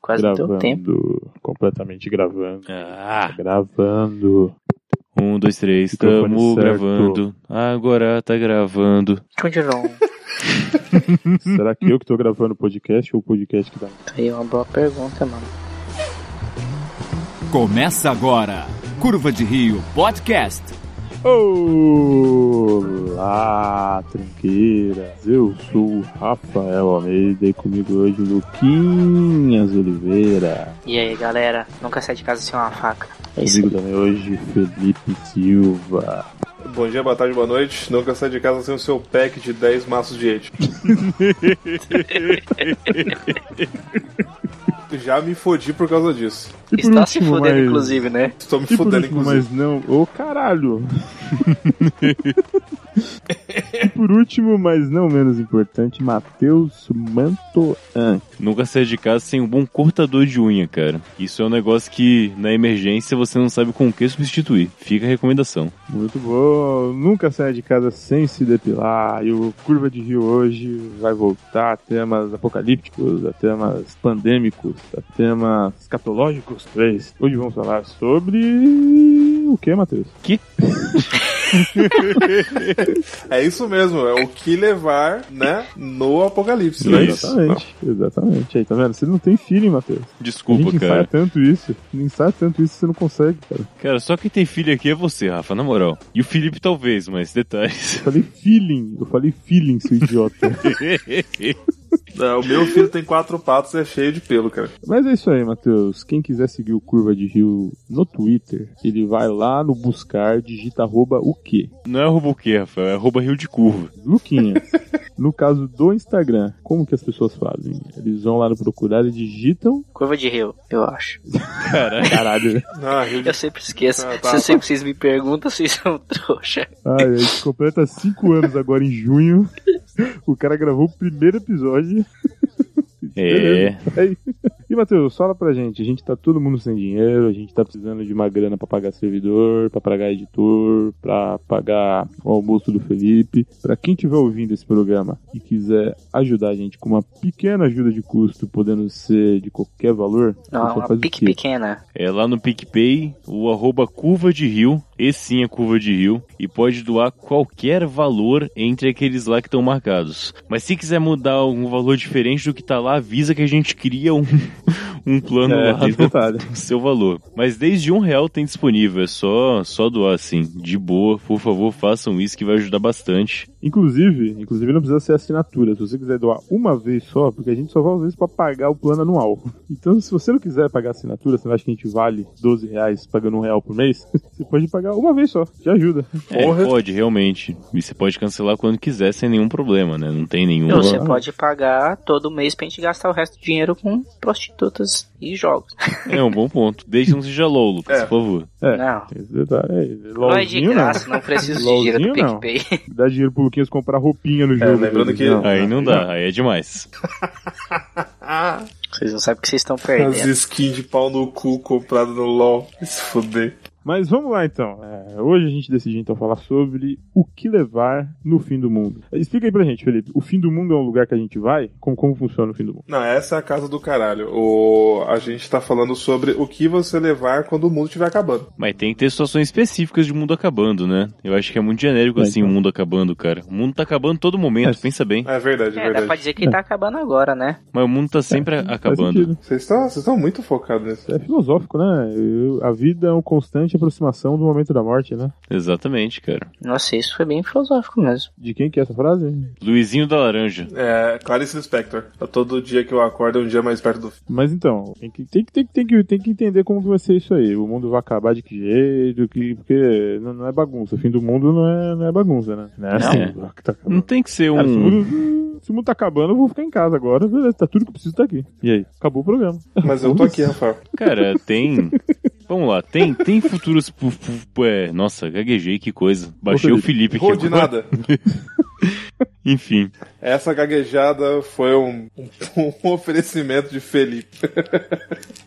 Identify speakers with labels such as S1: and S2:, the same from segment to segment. S1: Quase não deu tempo.
S2: Gravando. Completamente gravando.
S3: Ah,
S2: Gravando.
S3: um, dois, três,
S2: Microfone
S3: tamo
S2: certo.
S3: gravando. Agora tá gravando.
S1: Tchundilon.
S2: Será que eu que tô gravando o podcast ou o podcast que tá.
S1: Tá aí uma boa pergunta, mano.
S4: Começa agora, Curva de Rio Podcast.
S2: Olá, trinqueiras. Eu sou o Rafael Almeida e comigo hoje o Luquinhas Oliveira.
S1: E aí, galera? Nunca sai de casa sem uma faca. É isso.
S2: Comigo também hoje Felipe Silva.
S5: Bom dia, boa tarde, boa noite. Nunca sai de casa sem o seu pack de 10 maços de ete. Já me fodi por causa disso.
S2: E por
S1: Está se
S2: último,
S1: fudendo,
S2: "Hum, mas-
S1: inclusive, né?
S5: Estou me
S2: E por
S5: fudendo,
S2: último,
S5: inclusive.
S2: mas não. Ô caralho! e por último, mas não menos importante, Matheus Mantoan.
S3: Nunca saia de casa sem um bom cortador de unha, cara. Isso é um negócio que, na emergência, você não sabe com o que substituir. Fica a recomendação.
S2: Muito bom! Nunca saia de casa sem se depilar. E o Curva de Rio hoje vai voltar a temas apocalípticos, a temas pandêmicos, a temas escatológicos 3. Hoje vamos falar sobre. O que, Matheus?
S5: É isso mesmo, é o que levar, né, no apocalipse, né?
S3: Isso.
S2: Exatamente, exatamente. Aí, tá vendo? Você não tem feeling, Matheus. A
S3: Desculpa,
S2: gente ensaia
S3: cara.
S2: tanto isso. Ensaia tanto isso que você não consegue, cara.
S3: Cara, só quem tem filho aqui é você, Rafa, na moral. E o Felipe talvez, mas detalhes.
S2: Eu falei feeling, eu falei feeling, seu idiota.
S5: Não, É, o meu filho tem quatro patos e é cheio de pelo, cara.
S2: Mas é isso aí, Matheus. Quem quiser seguir o Curva de Rio no Twitter, ele vai lá no buscar, digita arroba o quê?
S3: não é roubo o quê, Rafa? É rouba rio de curva.
S2: Luquinhas. No caso do Instagram, como que as pessoas fazem? Eles vão lá no procurar e digitam.
S1: Curva de rio, eu acho.
S3: Caralho.
S2: Caralho.
S5: Ah, Rio de...
S1: Eu sempre esqueço.
S5: Ah,
S1: Se
S5: tá,
S1: eu
S5: tá.
S1: sempre vocês me perguntam, vocês são trouxa.
S2: Ai, a gente completa cinco anos agora em junho. O cara gravou o primeiro episódio.
S3: É.
S2: Aí. E, Matheus, fala pra gente. A gente tá todo mundo sem dinheiro, a gente tá precisando de uma grana pra pagar servidor, pra pagar editor, pra pagar o almoço do Felipe. Pra quem tiver ouvindo esse programa e quiser ajudar a gente com uma pequena ajuda de custo, podendo ser de qualquer valor,
S1: Não, é
S2: você
S1: uma
S2: faz o
S1: pique
S2: quê?
S1: pequena.
S3: É lá no PicPay, o arroba curva de rio, esse sim é curva de rio, e pode doar qualquer valor entre aqueles lá que estão marcados. Mas se quiser mudar algum valor diferente do que tá lá, avisa que a gente cria um, um plano
S2: É,
S3: lá
S2: tem esse
S3: do,
S2: detalhe.
S3: do seu valor. Mas desde um real tem disponível, é só, só doar assim, de boa, por favor façam isso que vai ajudar bastante.
S2: Inclusive, inclusive não precisa ser assinatura. Se você quiser doar uma vez só, porque a gente só vai usar isso pra pagar o plano anual. Então, se você não quiser pagar assinatura, você não acha que a gente vale 12 reais pagando um real por mês, você pode pagar uma vez só. Já ajuda.
S3: É,
S5: Porra.
S3: pode, realmente. E você pode cancelar quando quiser sem nenhum problema, né? Não tem nenhum...
S1: Ou você
S2: Não.
S1: pode pagar todo mês pra gente gastar o resto do dinheiro com prostitutas e jogos.
S3: É um bom ponto. Desde que não seja loulo, por
S5: É.
S3: favor.
S2: É.
S1: Não.
S2: Esse detalhe, é,
S1: Não é de
S2: LOLzinho, não.
S1: graça, não preciso de dinheiro do
S2: LOLzinho não.
S1: PicPay.
S2: Dá dinheiro pro Luquinhas comprar roupinha no jogo.
S5: É,
S2: né?
S5: lembrando que-
S3: Aí não dá, aí é demais.
S5: Ah,
S1: Vocês não sabem o que vocês estão
S5: as
S1: perdendo.
S5: skins de pau no cu comprado no LOL. Se fuder.
S2: Mas vamos lá então. É, hoje a gente decidiu então falar sobre o que levar no fim do mundo. Explica aí pra gente, Felipe. O fim do mundo é um lugar que a gente vai? Como, como funciona o fim do mundo?
S5: Não, essa é a casa do caralho. O... A gente tá falando sobre o que você levar quando o mundo estiver acabando.
S3: Mas tem que ter situações específicas de mundo acabando, né? Eu acho que é muito genérico
S2: É,
S3: assim,
S2: então.
S3: o mundo acabando, cara. O mundo tá acabando todo momento, pensa bem.
S5: É verdade, é
S1: É, dá pra
S5: verdade.
S1: dizer que tá acabando agora, né?
S3: Mas o mundo tá sempre
S2: É, Faz
S3: acabando.
S2: sentido.
S5: Vocês estão vocês estão muito focados nisso.
S2: É filosófico, né? Eu- a vida é uma constante aproximação do momento da morte, né?
S3: Exatamente, cara.
S1: Nossa, isso foi bem filosófico mesmo.
S2: De quem que é essa frase?
S3: Luizinho da Laranja.
S5: É, Clarice Lispector. Pra todo dia que eu acordo é um dia mais perto do fim.
S2: Mas então, tem que, tem, que- tem, que- tem, que, tem que entender como que vai ser isso aí. O mundo vai acabar de que jeito, que, porque não, não é bagunça. O fim do mundo não é, não é bagunça, né? Não é assim que tá
S3: Não
S2: acabando.
S3: tem que ser
S2: Cara, se, o
S3: um.
S2: mundo, se o mundo tá acabando, eu vou ficar em casa agora. Beleza, tá tudo que eu preciso tá aqui. E aí? Acabou o programa.
S5: Mas eu tô aqui, Rafael.
S3: Cara, tem. Vamos lá, tem, tem futuros. pu- pu- pu- é, nossa, gaguejei, que coisa. Baixei
S2: Ô,
S3: o Felipe aqui.
S5: Rô de
S3: agora.
S5: nada.
S3: Enfim.
S5: Essa gaguejada foi um, um- um oferecimento de Felipe.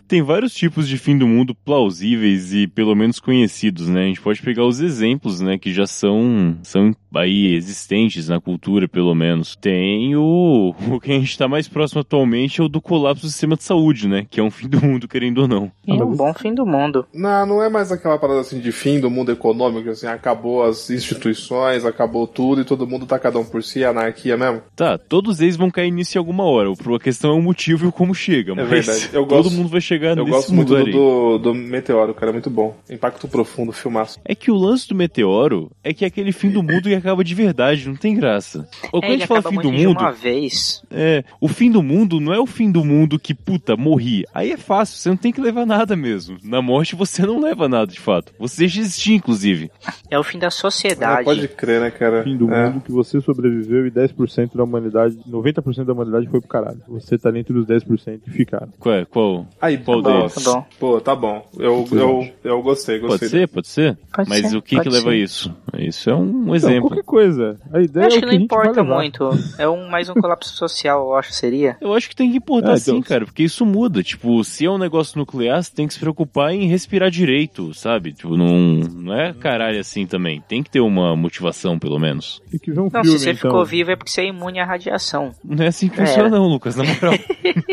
S3: Tem vários tipos de fim do mundo plausíveis e pelo menos conhecidos, né? A gente pode pegar os exemplos, né, que já são, são aí existentes na cultura, pelo menos. Tem o, o que a gente tá mais próximo atualmente é o do colapso do sistema de saúde, né? Que é um fim do mundo, querendo ou não.
S1: E um bom fim do mundo.
S5: Não, não é mais aquela parada assim de fim do mundo econômico, assim, acabou as instituições, acabou tudo e todo mundo tá cada um por si, anarquia mesmo.
S3: Tá, todos eles vão cair nisso em alguma hora. A questão é o motivo e como chega, mas
S5: É verdade. Eu
S3: todo
S5: gosto-
S3: mundo vai chegar
S5: Eu
S3: É nesse
S5: gosto
S3: mundo
S5: muito do,
S3: ali.
S5: do, do Meteoro, cara, é muito bom. Impacto profundo, filmaço.
S3: É que o lance do meteoro é que é aquele fim do mundo que acaba de verdade, não tem graça. Ou quando a
S1: ele
S3: gente fala
S1: acaba
S3: fim
S1: muito
S3: do
S1: de
S3: mundo,
S1: uma vez.
S3: É, o fim do mundo não é o fim do mundo que, puta, morri. Aí é fácil, você não tem que levar nada mesmo. Na morte você não leva nada, de fato. Você deixa de existir, inclusive.
S1: É o fim da
S5: Ah,
S1: sociedade.
S5: pode crer, né, cara?
S2: Fim do
S5: É.
S2: mundo que você sobreviveu e 10% da humanidade, 90% da humanidade foi pro caralho. Você tá dentro dos 10% que ficaram.
S3: Qual? é- qual?
S5: Aí,
S3: Qual
S5: pô,
S3: deles?
S1: Tá bom.
S5: Pô, tá bom. Eu, eu, eu gostei,
S3: Pode
S5: gostei.
S3: ser, pode ser.
S1: Pode
S3: Mas
S1: ser,
S3: o que que
S1: pode
S3: leva a
S1: ser.
S3: isso? Isso é um
S2: Não,
S3: exemplo.
S2: qualquer coisa. A
S1: Eu
S2: ideia é
S1: acho que
S2: o que
S1: não
S2: a gente vai
S1: importa
S2: levar.
S1: muito. É um, mais um colapso social, eu acho, seria.
S3: Eu acho que tem que
S2: É,
S3: importar
S2: então-
S3: sim, cara, porque isso muda. Tipo, se é um negócio nuclear, você tem que se preocupar em respirar direito, sabe? Tipo, não, não é caralho assim também. Tem que ter uma motivação, pelo menos.
S2: Tem que ver um
S1: Não,
S2: filme,
S1: se você
S2: então.
S1: ficou vivo é porque você é imune à radiação.
S3: Não é assim que
S1: É.
S3: funciona, não, Lucas, na moral.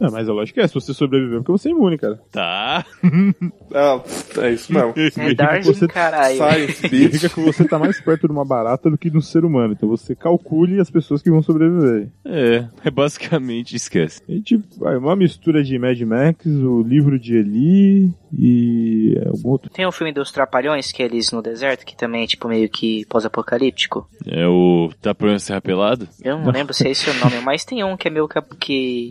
S2: É, mas a lógica é, se você sobreviver, porque você é imune, cara.
S3: tá.
S5: Ah, é isso mesmo.
S1: É
S2: Significa que
S1: Darwin,
S2: você-
S1: caralho.
S5: Science, bitch.
S2: Significa que você tá mais perto de uma barata do que de um ser humano. Então você calcule as pessoas que vão sobreviver.
S3: É, é basicamente, esquece.
S2: E tipo, vai, uma mistura de Mad Max, o livro de Eli e algum outro.
S1: Tem o filme dos Trapalhões, que é eles no deserto, que também é tipo meio que pós-apocalíptico.
S3: É o. Tá pra Serra Pelado?
S1: Eu não lembro se é esse o nome, mas tem um que é meio que,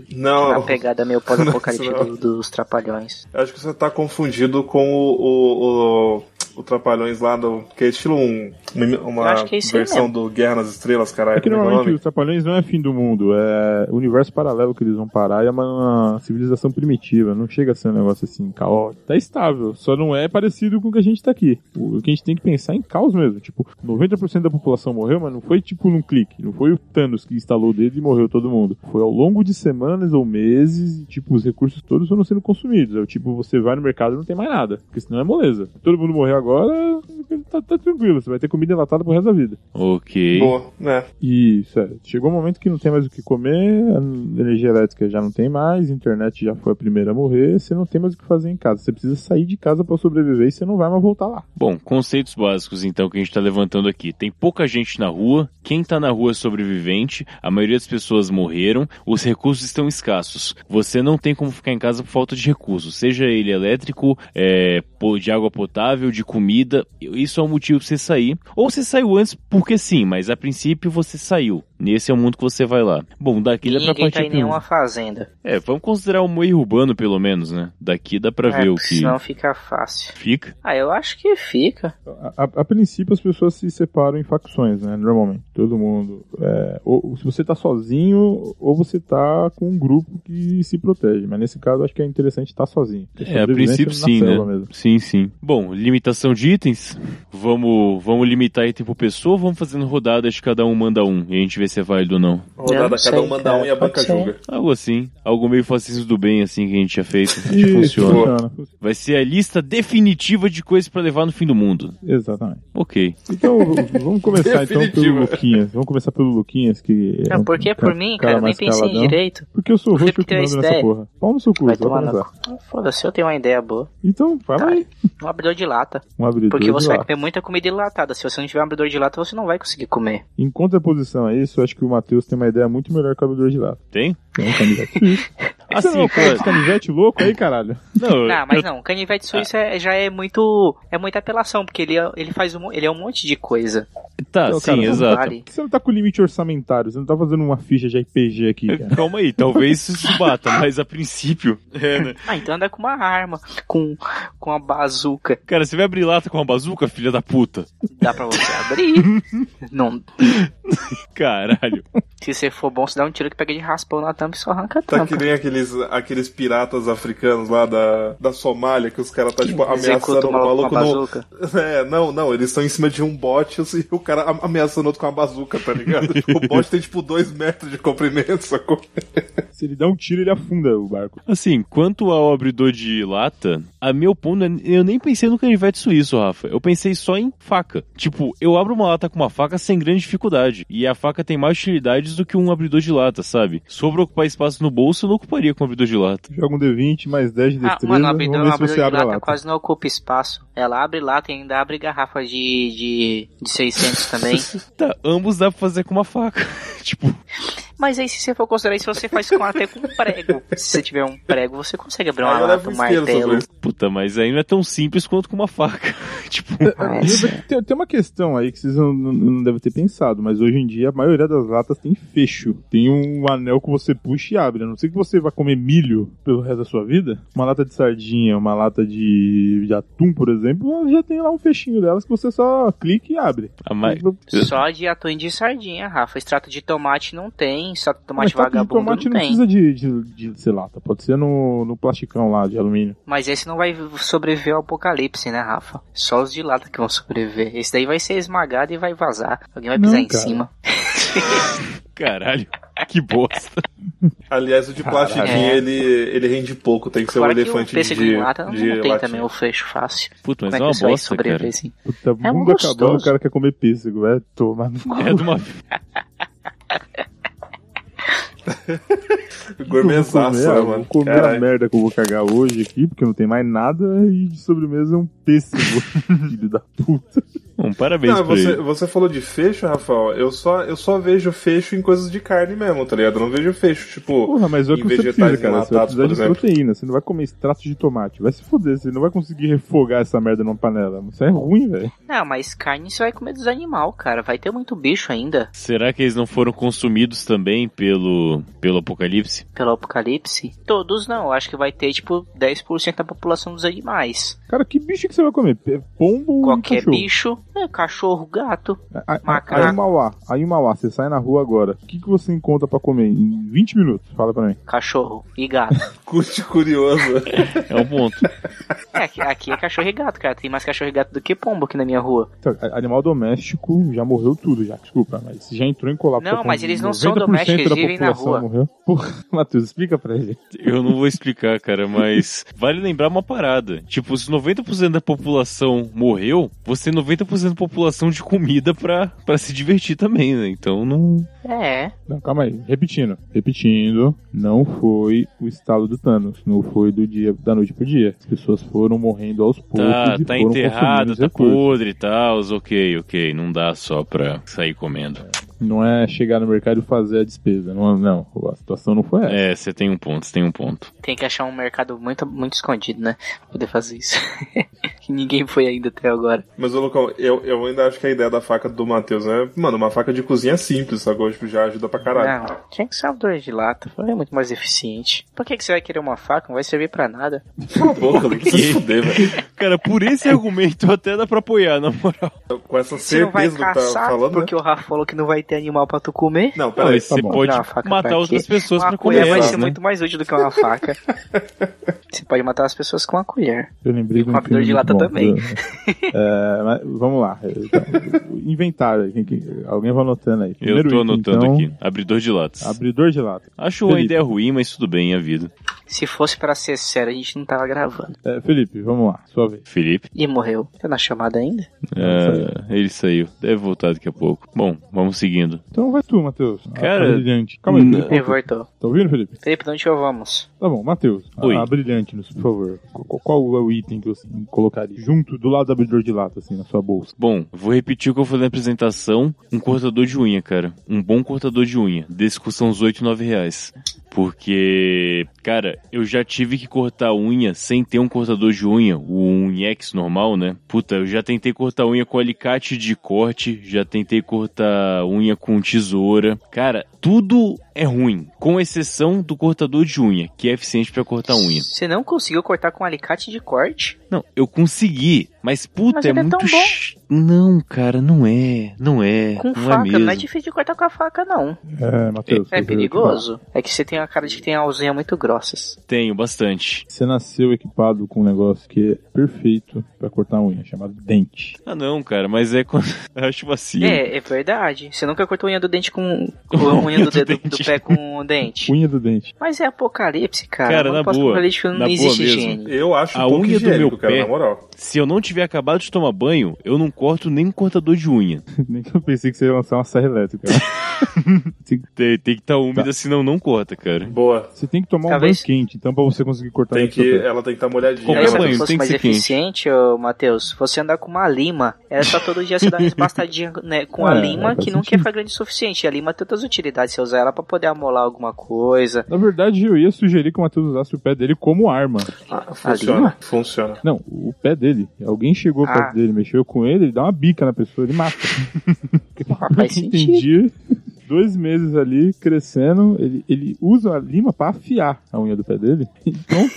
S1: que
S5: Não.
S3: Oh.
S1: na pegada meio pós-apocalíptica
S5: Não.
S1: do- dos Trapalhões.
S5: Eu acho que você tá confundido com o, o, o, o Trapalhões lá do. Que é estilo um,
S1: Eu
S5: uma
S1: acho que é isso aí
S5: versão do Guerra nas Estrelas, caralho.
S2: É que
S5: como é o
S2: normalmente
S5: nome?
S2: os Trapalhões não é fim do mundo, é o universo paralelo que eles vão parar e é uma, uma civilização primitiva, não chega a ser um negócio assim caótico. Tá estável, só não é parecido com o que a gente tá aqui. O que a gente tem que pensar é em caos mesmo, tipo, 90% da população morreu, mas não foi tipo num clique, não foi o Thanos que instalou o dedo e morreu todo mundo. Foi ao longo de semanas ou meses e tipo, os recursos todos foram sendo consumidos. É o tipo, você vai no mercado e não tem mais nada, porque senão é moleza. Todo mundo morreu agora, tá, tá tranquilo, você vai ter comida enlatada pro resto da vida.
S3: Ok.
S5: Boa, né?
S2: E sério, chegou um momento que não tem mais o que comer, a energia elétrica já não tem mais, a internet já foi a primeira a morrer, você não tem mais o que fazer em casa. Você precisa sair de casa pra sobreviver e você não vai mais voltar lá.
S3: Bom, conceitos básicos então que a gente tá levantando aqui. Tem pouca gente na rua, quem tá na rua é sobrevivente, a maioria das pessoas morreram, os recursos estão escassos. Você não tem como ficar em casa por falta de recursos, seja ele elétrico, é, pô- de água potável, de comida. Isso é um motivo pra você sair. Ou você saiu antes porque sim, mas a princípio você saiu. Nesse é o mundo que você vai lá. Bom, daqui dá pra
S1: Ninguém tá
S3: partir
S1: em
S3: pra um-
S1: nenhuma fazenda.
S3: É, vamos considerar um meio urbano pelo menos, né? Daqui dá pra
S1: É,
S3: ver o
S1: porque
S3: que
S1: Senão fica fácil.
S3: fica.
S1: Ah, eu acho que fica.
S2: Então, A, a- a princípio as pessoas se separam em facções, né? Normalmente. Todo mundo. É, ou, se você tá sozinho, ou você tá com um grupo que se protege. Mas nesse caso acho que é interessante estar sozinho. Porque
S3: É, a
S2: sobrevivência
S3: princípio
S2: na
S3: sim, né?
S2: célula mesmo.
S3: Sim, sim. Bom, limitação de itens. Vamos, vamos limitar item por pessoa, ou vamos fazendo rodadas de cada um manda um e a gente vê se é válido ou não.
S1: Eu
S5: Rodada,
S1: não
S5: cada
S1: sei,
S5: um manda
S1: cara,
S5: um e a
S1: pode
S5: banca
S1: ser.
S5: julga.
S3: Algo assim, algo meio fascismo do bem assim que a gente já fez, que
S2: Isso,
S3: funciona.
S2: funciona.
S3: Vai ser a lista definitiva de coisas pra levar no fim do mundo.
S2: Exatamente.
S3: OK.
S2: Então, vamos começar então pelo
S5: Definitiva.
S2: Luquinhas. Vamos começar pelo Luquinhas, que. é
S1: Não,
S2: um
S1: porque
S2: ca-
S1: por mim, cara, eu nem
S2: mais
S1: pensei
S2: caladão.
S1: direito.
S2: Porque eu sou o
S1: Porque
S2: roxo que
S1: tem
S2: mando
S1: essa
S2: nessa
S1: ideia.
S2: porra. Pau no seu cu,
S1: Vai
S2: só pra
S1: tomar no
S2: começar.
S1: cu. Foda-se, eu tenho uma ideia boa.
S2: Então, fala
S1: Tá.
S2: aí.
S1: Um abridor de lata.
S2: Um abridor
S1: Porque
S2: de
S1: você é vai
S2: lata.
S1: comer muita comida enlatada. Se você não tiver um abridor de lata, você não vai conseguir comer.
S2: Em contraposição a isso, eu acho que o Matheus tem uma ideia muito melhor que o abridor de lata.
S3: Tem?
S2: Tem um canivete suíço.
S3: Ah,
S2: Você não
S1: Assim,
S2: é
S3: sim,
S2: o cara
S3: claro.
S2: de canivete louco aí, caralho?
S3: Não,
S1: Não,
S3: eu-
S1: Ah, mas não, canivete suíço é- já é muito. é muita apelação, porque ele, é- ele faz um, ele é um monte de coisa.
S3: tá,
S2: Não, cara,
S3: sim,
S2: não
S3: exato.
S1: Vale.
S2: Por que você não tá com limite orçamentário? Você não tá fazendo uma ficha de RPG aqui, cara?
S3: Calma aí, talvez isso bata, mas a princípio. É, né?
S1: Ah, então anda com uma arma, com, com uma bazuca.
S3: Cara, você vai abrir lata com uma bazuca, filha da puta?
S1: Dá pra você abrir. não,
S3: Caralho.
S1: se você for bom, você dá um tiro que pega de raspão na tampa e só arranca a
S5: Tá
S1: tampa.
S5: que nem aqueles, aqueles piratas africanos lá da da, da Somália, que os caras tá, tipo,
S1: Executa
S5: ameaçando
S1: o
S5: o
S1: maluco com
S5: maluco
S1: a
S5: no.
S1: bazuca.
S5: É, não, não, eles estão em cima de um bote e o cara am- ameaçando outro com uma bazuca, tá ligado? Tipo, o bote tem tipo dois metros de comprimento, sacou?
S2: Se ele dá um tiro, ele afunda o barco.
S3: Assim, quanto ao abridor de lata, a meu ponto, eu nem pensei no canivete suíço, Rafa. Eu pensei só em faca. Tipo, eu abro uma lata com uma faca sem grande dificuldade. E a faca tem mais utilidades do que um abridor de lata, sabe? Sobre ocupar espaço no bolso, eu não ocuparia com um abridor de lata.
S2: Joga um D20, mais 10 de
S1: Ah,
S2: destreza.
S1: mano,
S2: Vamos
S1: abridor,
S2: ver se
S1: abridor
S2: você
S1: de tá
S2: abre
S1: lata,
S2: a lata.
S1: quase não ocupa espaço. Ela abre lata e ainda abre garrafa de, de, de 600 também.
S3: Tá, ambos dá pra fazer com uma faca. tipo,
S1: Mas aí, se você for considerar isso, você faz com até com um prego. Se você tiver um prego, você consegue abrir uma
S5: Aí eu
S1: lata, um
S5: levo um isqueiro sobre
S1: martelo.
S5: isso.
S3: puta, mas aí não é tão simples quanto com uma faca. tipo,
S1: Mas-
S2: Tem, tem uma questão aí que vocês não, não- não devem ter pensado, mas hoje em dia a maioria das latas tem fecho. Tem um anel que você puxa e abre. né? A não ser que você vá comer milho pelo resto da sua vida. Uma lata de sardinha, uma lata de, de atum, por exemplo, ela já tem lá um fechinho delas que você só clica e abre.
S3: a mais.
S1: É, Só de atum e de sardinha, Rafa. Extrato de tomate não tem, extrato de tomate
S2: Mas lata de
S1: vagabundo
S2: tomate
S1: não
S2: não
S1: tem.
S2: precisa de, de, de ser lata. Pode ser no, no plasticão lá de alumínio.
S1: Mas esse não vai sobreviver ao apocalipse, né, Rafa? Só os de lata que vão sobreviver. Esse daí vai ser esmagado e vai vazar. Alguém vai
S2: Não,
S1: pisar em
S2: cara.
S1: cima.
S3: Caralho, que bosta.
S5: Aliás, o de plastiquinho
S1: É.
S5: ele, ele rende pouco, tem que ser um
S1: Agora que o
S5: elefante de,
S1: pêssego
S5: de
S1: em lata não, não tem
S5: latinha.
S1: também o fecho fácil.
S3: Puta, mas
S1: Como é que
S3: é uma
S1: isso aí
S3: bosta,
S1: sobreviver
S3: cara.
S1: assim?
S2: Puta,
S1: É
S2: mundo
S1: gostoso.
S2: acabando, o cara quer comer pêssego. É, toma.
S3: É de uma
S5: Gourmetzaço, né,
S2: eu vou
S5: mano?
S2: comer a
S5: Caralho.
S2: merda que eu vou cagar hoje aqui, porque não tem mais nada, e de sobremesa é um pêssego, filho da puta.
S3: Um parabéns
S5: Não,
S3: pra
S5: você,
S3: ele.
S5: você falou de fecho, Rafael. Eu só, eu só vejo fecho em coisas de carne mesmo, tá ligado? Eu não vejo fecho, tipo.
S2: Porra, mas é o que
S5: Em
S2: você
S5: vegetais
S2: precisa, cara. Você vai
S5: enlatados,
S2: precisar de
S5: por exemplo.
S2: proteína, você não vai comer extrato de tomate. Vai se foder, você não vai conseguir refogar essa merda numa panela. Isso é ruim, velho.
S1: Não, mas carne você vai comer dos animal, cara. Vai ter muito bicho ainda
S3: Será que eles não foram consumidos também pelo, pelo apocalipse?
S1: pelo apocalipse. Todos não. Acho que vai ter, tipo, 10% da população dos animais.
S2: Cara, que bicho que você vai comer? P- Pombo e
S1: Qualquer
S2: Hum, cachorro?
S1: bicho, é, cachorro, gato.
S2: A- a-
S1: macaco.
S2: Aí o Mauá, aí o Mauá, você sai na rua agora. O que, que você encontra pra comer em 20 minutos? Fala pra mim.
S1: Cachorro e gato.
S5: Curte curioso.
S3: É um ponto.
S1: É, aqui, aqui é cachorro e gato, cara. Tem mais cachorro e gato do que pombo aqui na minha rua.
S2: Então, a- Animal doméstico já morreu tudo, já. Desculpa, mas já entrou em colapso.
S1: Não,
S2: com
S1: mas eles não são
S2: 90%
S1: domésticos, eles
S2: da
S1: vivem na
S2: população
S1: rua.
S2: Morreu. Porra, Matheus, explica pra ele.
S3: Eu não vou explicar, cara, mas vale lembrar uma parada. Tipo, se 90% da população morreu, você tem 90% da população de comida pra, pra se divertir também, né? Então não.
S1: É.
S2: Não, calma aí. Repetindo. Repetindo, não foi o estalo do Thanos. Não foi do dia da noite pro dia. As pessoas foram morrendo aos poucos.
S3: Tá,
S2: e
S3: tá
S2: foram consumindo
S3: enterrado,
S2: os
S3: tá
S2: recursos.
S3: podre e tal, ok, ok. Não dá só pra sair comendo.
S2: Não é chegar no mercado e fazer a despesa. Não, não. A situação não foi essa.
S3: É, você tem um ponto, você tem um ponto.
S1: Tem que achar um mercado muito, muito escondido, né? Pra poder fazer isso. Que Ninguém foi ainda até agora.
S5: Mas, ô, Lucão, eu, eu ainda acho que a ideia da faca do Matheus é, mano, uma faca de cozinha simples, sacou? Tipo, já ajuda pra caralho.
S1: Não, tinha que ser uma dor de lata. É muito mais eficiente. Por que, que você vai querer uma faca? Não vai servir pra nada.
S5: Cala a boca, Lucas, se fuder, velho.
S3: Cara, por esse argumento até dá pra apoiar, na moral.
S5: Com essa
S1: Você não vai
S5: certeza que tá
S1: caçar
S5: falando. né?
S1: porque o Rafa falou que não vai ter animal pra tu comer?
S5: Não,
S3: Não,
S5: peraí.
S2: tá
S3: você
S2: bom.
S3: pode
S1: Não, a faca
S3: matar
S1: tá
S3: outras
S1: aqui.
S3: pessoas
S1: uma
S3: pra
S1: colher
S3: comer.
S1: vai
S3: elas,
S1: ser
S3: né?
S1: muito mais útil do que uma faca. Você pode matar as pessoas com uma colher.
S2: Eu lembrei
S1: E
S2: de um
S1: com abridor
S2: filme
S1: de
S2: muito
S1: lata
S2: bom.
S1: também.
S2: É, mas vamos lá. Então, o inventário. quem- quem- Alguém vai anotando aí.
S3: Eu
S2: Primeiro
S3: tô
S2: item,
S3: anotando
S2: então,
S3: aqui. Abridor de latas.
S2: Abridor de lata.
S3: Acho uma
S2: Felipe.
S3: ideia ruim, mas tudo bem, é a vida.
S1: Se fosse pra ser sério, a gente não tava gravando.
S2: É, Felipe, vamos lá. Sua vez.
S3: Felipe,
S1: E morreu. Tá na chamada ainda?
S2: É,
S3: ah, ele saiu. Deve voltar daqui a pouco. Bom, vamos seguindo.
S2: Então vai tu, Matheus.
S3: Cara,
S2: A brilhante. Calma aí,
S3: não.
S2: Felipe.
S1: Ele voltou.
S2: Tá ouvindo, Felipe?
S1: Felipe, de onde eu vamos?
S2: Tá bom, Matheus.
S3: Oi.
S2: A, a brilhante, por favor. Qual, qual é o item que você colocaria? Junto, do lado do abridor de lata, assim, na sua bolsa.
S3: Bom, vou repetir o que eu falei na apresentação. Um cortador de unha, cara. Um bom cortador de unha. Desse custa uns 8, 9 reais. Porque, cara, eu já tive que cortar unha sem ter um cortador de unha, o unhex normal, né? Puta, eu já tentei cortar unha com alicate de corte, já tentei cortar unha com tesoura. Cara, tudo é ruim, com exceção do cortador de unha, que é eficiente pra cortar unha.
S1: Você não conseguiu cortar com um alicate de corte?
S3: Não, eu consegui, mas puta,
S1: Mas
S3: é
S1: ele é
S3: muito
S1: tão bom.
S3: ch- Não, cara, não é. Não é.
S1: Com
S3: não
S1: faca,
S3: é mesmo.
S1: não é difícil de cortar com a faca, não.
S2: É, Matheus. tipo,
S1: É
S2: você-
S1: perigoso. É que você tem uma cara de que tem alzinha muito grossas.
S3: Tenho bastante.
S2: Você nasceu equipado com um negócio que é perfeito pra cortar unha, chamado dente.
S3: Ah, não, cara, mas é quando. eu acho vacilo.
S1: É, é verdade. Você nunca cortou unha do dente com. com a unha do
S3: do
S1: dedo do
S3: dente.
S1: pé com o dente.
S2: Unha do dente.
S1: Mas é apocalipse, cara.
S3: Cara,
S1: Mundo
S3: na boa.
S1: pós-apocalíptico não
S3: Na boa
S1: existe
S3: mesmo.
S1: higiene.
S5: Eu acho
S3: A
S5: um pouco
S3: unha do
S5: higiênico,
S3: meu
S5: cara,
S3: pé.
S5: na moral.
S3: Se eu não tiver acabado de tomar banho, eu não corto nem um cortador de unha.
S2: Nem que eu pensei que você ia lançar uma serra elétrica.
S3: Tem, tem que estar úmida,
S2: Tá.
S3: senão não corta, cara.
S5: Boa.
S2: você tem que tomar um
S1: Talvez-
S2: banho quente, então, pra você conseguir cortar
S5: Tem
S2: o seu
S5: que,
S2: pé.
S5: ela tem que estar molhadinha.
S3: Qualquer
S1: Aí,
S2: é,
S5: Ela-
S1: sabe
S3: banho
S1: se fosse
S3: tem que
S1: mais
S3: ser quente.
S1: eficiente, ô, Matheus, você andar com uma lima, era só todo dia você dar uma esbastadinha né, com a
S2: É,
S1: lima,
S2: faz
S1: que nunca ia
S2: sentido.
S1: ficar grande o suficiente. A lima tem outras utilidades, você usar ela pra poder amolar alguma coisa.
S2: Na verdade, eu ia sugerir que o Matheus usasse o pé dele como arma.
S5: Ah, funciona, funciona.
S2: Não, o pé dele. Alguém chegou
S1: Ah.
S2: perto dele, mexeu com ele, ele dá uma bica na pessoa, ele mata.
S1: faz
S2: Eu entendi. Dois meses ali crescendo, ele, ele usa a lima pra afiar a unha do pé dele. Então,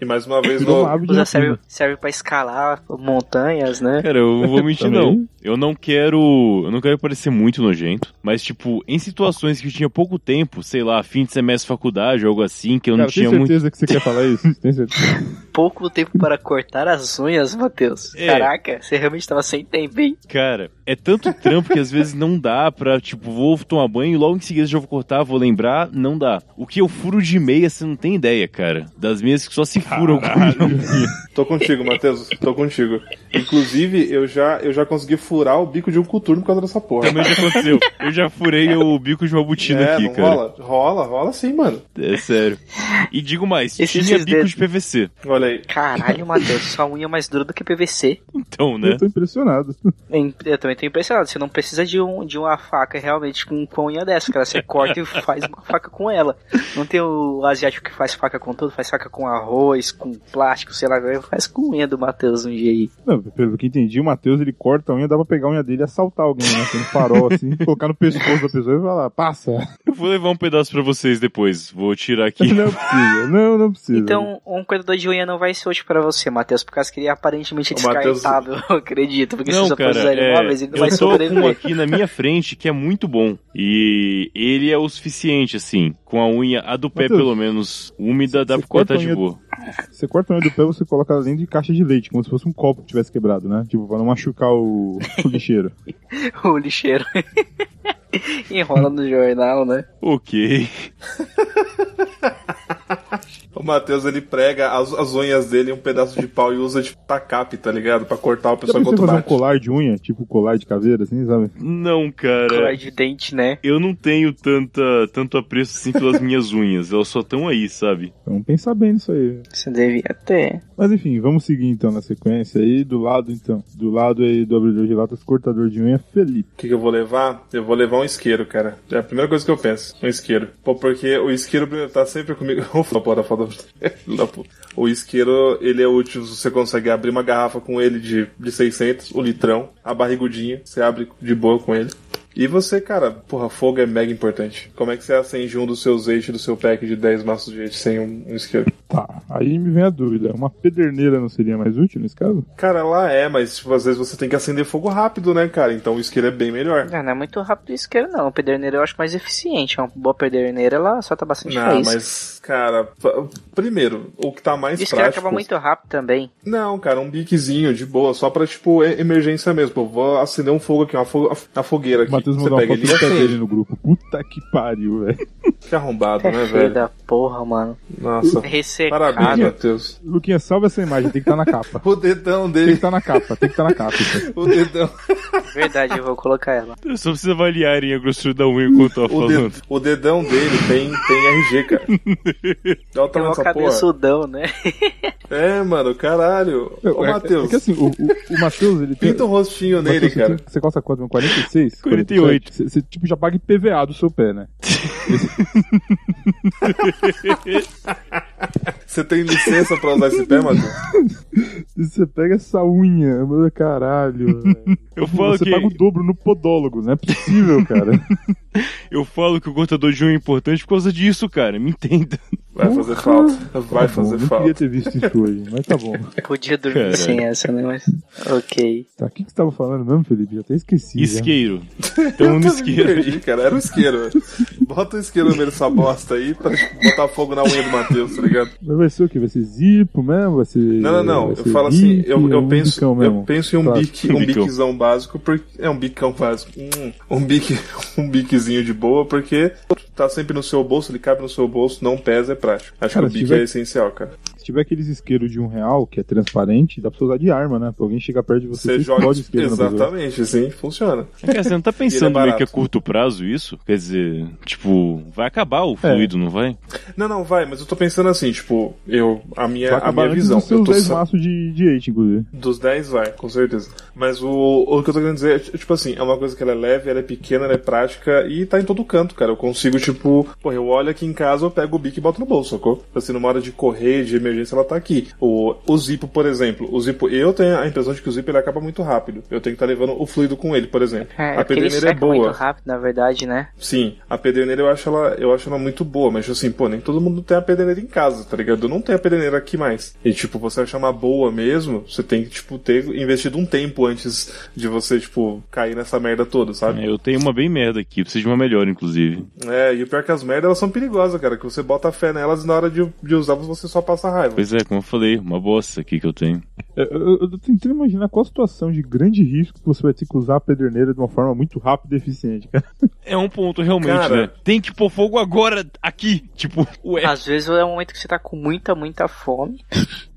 S5: E mais uma vez,
S2: virou
S5: no,
S2: um hábito de
S1: Usa
S2: lima.
S1: serve, serve pra escalar montanhas, né?
S3: Cara, eu não vou mentir,
S2: Também.
S3: não. Eu não quero. Eu não quero parecer muito nojento. Mas, tipo, em situações que eu tinha pouco tempo, sei lá, fim de semestre de faculdade, algo assim, que eu não
S2: Cara, tem
S3: tinha muito.
S2: certeza que você quer falar isso? Tem certeza?
S1: Pouco tempo para cortar as unhas, Matheus.
S3: É.
S1: Caraca, você realmente tava sem tempo, hein?
S3: Cara, é tanto trampo que às vezes não dá pra, tipo, vou tomar banho e logo em seguida já vou cortar, vou lembrar, não dá. O que eu furo de meia, você não tem ideia, cara. Das meias que só se furam com
S5: Tô contigo, Matheus. Tô contigo. Inclusive, eu já, eu já consegui furar o bico de um coturno por causa dessa porra.
S2: Tá
S3: Também já aconteceu. Eu já furei o bico de uma botina
S5: é,
S3: aqui,
S5: não
S3: cara.
S5: rola? Rola, rola sim, mano.
S3: É sério. E digo mais,
S1: Esses
S3: tinha
S1: seus
S3: bico
S1: dedos.
S3: de PVC.
S5: Olha aí.
S1: Caralho, Matheus, sua unha é mais dura do que PVC.
S3: Então, né?
S2: Eu tô impressionado.
S1: Em- Eu também tô impressionado. Você não precisa de, um, de uma faca realmente com, com unha dessa, cara. Você corta e faz uma faca com ela. Não tem o asiático que faz faca com tudo, faz faca com arroz, com plástico, sei lá, faz com unha do Matheus um dia aí.
S2: Não, pelo que entendi, o Matheus ele corta a unha, dá pra pegar a unha dele e assaltar alguém, né? Tem um farol assim, colocar no pescoço da pessoa e falar, passa.
S3: Eu vou levar um pedaço pra vocês depois. Vou tirar aqui.
S2: Não precisa, não, não precisa.
S1: Então, um cortador de unha não vai ser útil pra você, Matheus, por causa que ele é aparentemente
S5: Ô, Matheus-
S1: descartável, eu acredito. Porque se
S3: Não,
S1: você for
S3: cara,
S1: usar ele
S3: é,
S1: uma vez, ele não vai
S3: eu tô com um
S1: sobreviver.
S3: aqui na minha frente que é muito bom. E ele é o suficiente, assim. Com a unha, a do pé
S2: Matheus,
S3: pelo menos, úmida, dá
S2: você
S3: pra
S2: corta
S3: cortar
S2: a
S3: de
S2: unha-
S3: boa.
S2: Você corta a unha do pé, você coloca ela dentro de caixa de leite, como se fosse um copo que tivesse quebrado, né? Tipo, pra não machucar o, o lixeiro.
S1: O lixeiro. Enrola no jornal, né?
S3: Ok.
S5: O Matheus, ele prega as, as unhas dele em um pedaço de pau e usa de tacape, tá ligado? Pra cortar o
S2: Já
S5: pessoal
S2: pensou em
S5: enquanto
S2: fazer um
S5: bate.
S2: colar de unha? Tipo colar de caveira, assim, sabe?
S3: Não,
S1: Colar
S3: cara.
S1: de dente, né?
S3: Eu não tenho tanta, tanto apreço assim pelas minhas unhas. Elas só estão aí, sabe?
S2: Vamos pensar Então, bem nisso aí.
S1: Você devia ter.
S2: Mas enfim, vamos seguir então na sequência aí. Do lado, então. Do lado aí do abridor de latas, cortador de unha, Felipe.
S5: O que, que eu vou levar? Eu vou levar um isqueiro, cara. É a primeira coisa que eu penso. Um isqueiro. Pô, porque o isqueiro primeiro, tá sempre comigo. Ufa, porra, foda. Não, pô. O isqueiro, ele é útil. se Você consegue abrir uma garrafa com ele de, de 600, o litrão, a barrigudinha. Você abre de boa com ele. E você, cara, porra, fogo é mega importante. Como é que você acende um dos seus eixos do seu pack de 10 maços de eixo sem um, um isqueiro?
S2: Tá, aí me vem a dúvida. Uma pederneira não seria mais útil nesse caso?
S5: Cara, lá é, mas tipo, às vezes você tem que acender fogo rápido, né, cara? Então o isqueiro é bem melhor.
S1: Não, não é muito rápido o isqueiro, não. O pederneiro eu acho mais eficiente. É Uma boa pederneira, ela solta bastante
S5: Não,
S1: faísca.
S5: mas, cara, p- primeiro, o que tá mais
S1: O isqueiro
S5: prático.
S1: acaba muito rápido também.
S5: Não, cara, um biquezinho de boa, só pra, tipo, e- emergência mesmo. Eu vou acender um fogo aqui, uma, fo uma fogueira
S2: O
S5: aqui.
S2: Matheus
S5: É Você
S2: mandou uma
S5: pega
S2: foto
S5: ele
S2: do pé
S5: e
S2: dele no grupo. Puta que pariu, velho.
S5: fica arrombado, né,
S1: É feio
S5: velho?
S1: da porra, mano.
S5: Nossa. Parabéns,
S1: Ressecado.
S5: Matheus.
S2: Luquinha, salva essa imagem, tem que estar na capa.
S5: O dedão
S2: Tem que
S5: dele,
S2: estar na capa, tem que estar na capa. Então.
S5: o dedão.
S1: Verdade, eu vou colocar ela.
S3: Eu só preciso avaliarem a grossura da unha enquanto eu tava
S5: O,
S3: falando.
S5: de- o dedão dele tem, tem RG, cara. Olha o
S1: Tem
S5: tamanho
S1: uma
S5: dessa porra.
S1: cabeçudão, né?
S5: É, mano, caralho. Ô,
S2: É-
S5: Matheus,
S2: É que assim, o, o, o Matheus, ele tem.
S5: pinta um rostinho
S2: Matheus,
S5: nele,
S2: você
S5: cara.
S2: tem- Você calça quanto? Um 46?
S3: 48.
S2: Você, você, tipo, já paga IPVA do seu pé, né?
S5: Você tem licença pra usar esse pé, Matheus?
S2: E Você pega essa unha, mano, caralho. velho.
S3: Eu falo
S2: você
S3: que-
S2: paga o dobro no podólogo, não é possível, cara.
S3: Eu falo que o cortador de unha é importante por causa disso, cara. Me entenda.
S5: Vai fazer falta. Vai
S2: Tá bom,
S5: fazer
S2: não
S5: falta.
S2: queria ter visto isso hoje, mas tá bom.
S1: Podia dormir
S3: Caralho.
S1: sem essa, né? Mas. Ok.
S2: Tá, o que que você tava falando mesmo, Felipe? Já até esqueci. né? já.
S3: Isqueiro. Então no
S5: Eu também
S3: isqueiro.
S5: perdi, cara. Era o isqueiro. Bota o isqueiro no meio dessa bosta aí pra botar fogo na unha do Matheus, tá ligado?
S2: Mas vai ser o quê? Vai ser zipo mesmo? Vai ser.
S5: Não, não, não.
S2: vai
S5: Eu
S2: ser
S5: falo assim,
S2: bique,
S5: eu,
S2: é
S5: eu,
S2: um
S5: penso,
S2: bicão mesmo?
S5: eu penso em um,
S2: Tá.
S5: bique, um
S3: Bicão.
S5: biquezão básico, porque. É um bicão básico. Hum, Um bique, um biquezinho de boa, porque tá sempre no seu bolso, ele cabe no seu bolso, não pesa, é prático. Acho
S2: Cara,
S5: que o
S2: se
S5: bique
S2: tiver-
S5: é essencial, cara.
S2: Se tiver aqueles isqueiros de um real, que é transparente, dá pra você usar de arma, né? Pra alguém chegar perto de você,
S5: Você joga.
S2: explode o isqueiro na pessoa.
S5: Exatamente, assim funciona.
S3: Cara, você não tá pensando
S5: E ele é
S3: meio que a
S5: barato.
S3: curto prazo isso? Quer dizer, tipo, vai acabar
S2: É.
S3: o fluido, não vai?
S5: Não, não, vai, mas eu tô pensando assim, tipo, eu. A minha,
S2: Vai
S5: a
S2: acabar
S5: minha
S2: antes
S5: visão.
S2: Dos
S5: Eu
S2: seus
S5: tô
S2: 10
S5: sa-
S2: maços de, de eight, inclusive.
S5: Dos 10 vai, com certeza. Mas o, o que eu tô querendo dizer é, t- tipo assim, é uma coisa que ela é leve, ela é pequena, ela é prática e tá em todo canto, cara. Eu consigo, tipo, porra, eu olho aqui em casa, eu pego o bico e boto no bolso, sacou? Assim, numa hora de correr, de emergência, ela tá aqui. O, o Zipo, por exemplo, o Zipo, eu tenho a impressão de que o Zipo ele acaba muito rápido. Eu tenho que estar levando o fluido com ele, por exemplo.
S1: É,
S5: a
S1: porque ele
S5: pederneira
S1: seca
S5: é boa.
S1: muito rápido, na verdade, né?
S5: Sim, a pederneira eu acho ela, eu acho ela muito boa, mas assim, pô, nem todo mundo tem a pederneira em casa, tá ligado? Eu não tenho a pederneira aqui mais. E tipo, você achar uma boa mesmo, você tem que, tipo, ter investido um tempo antes de você, tipo, cair nessa merda toda,
S2: Tá.
S5: sabe?
S3: Eu tenho uma bem merda aqui, preciso de uma melhor, inclusive.
S5: É, e o pior é que as merdas elas são perigosas, cara, que você bota fé nelas e na hora de, de usar você só passa raiva.
S3: Pois é, como eu falei, uma bosta aqui que eu tenho.
S2: É, Eu, eu, eu tô tentando imaginar qual a situação de grande risco que você vai ter que usar a pederneira de uma forma muito rápida e eficiente, cara.
S3: É um ponto realmente,
S5: Cara.
S3: né? Tem que pôr fogo agora, aqui. Tipo, ué.
S1: Às vezes é um momento que você tá com muita, muita fome.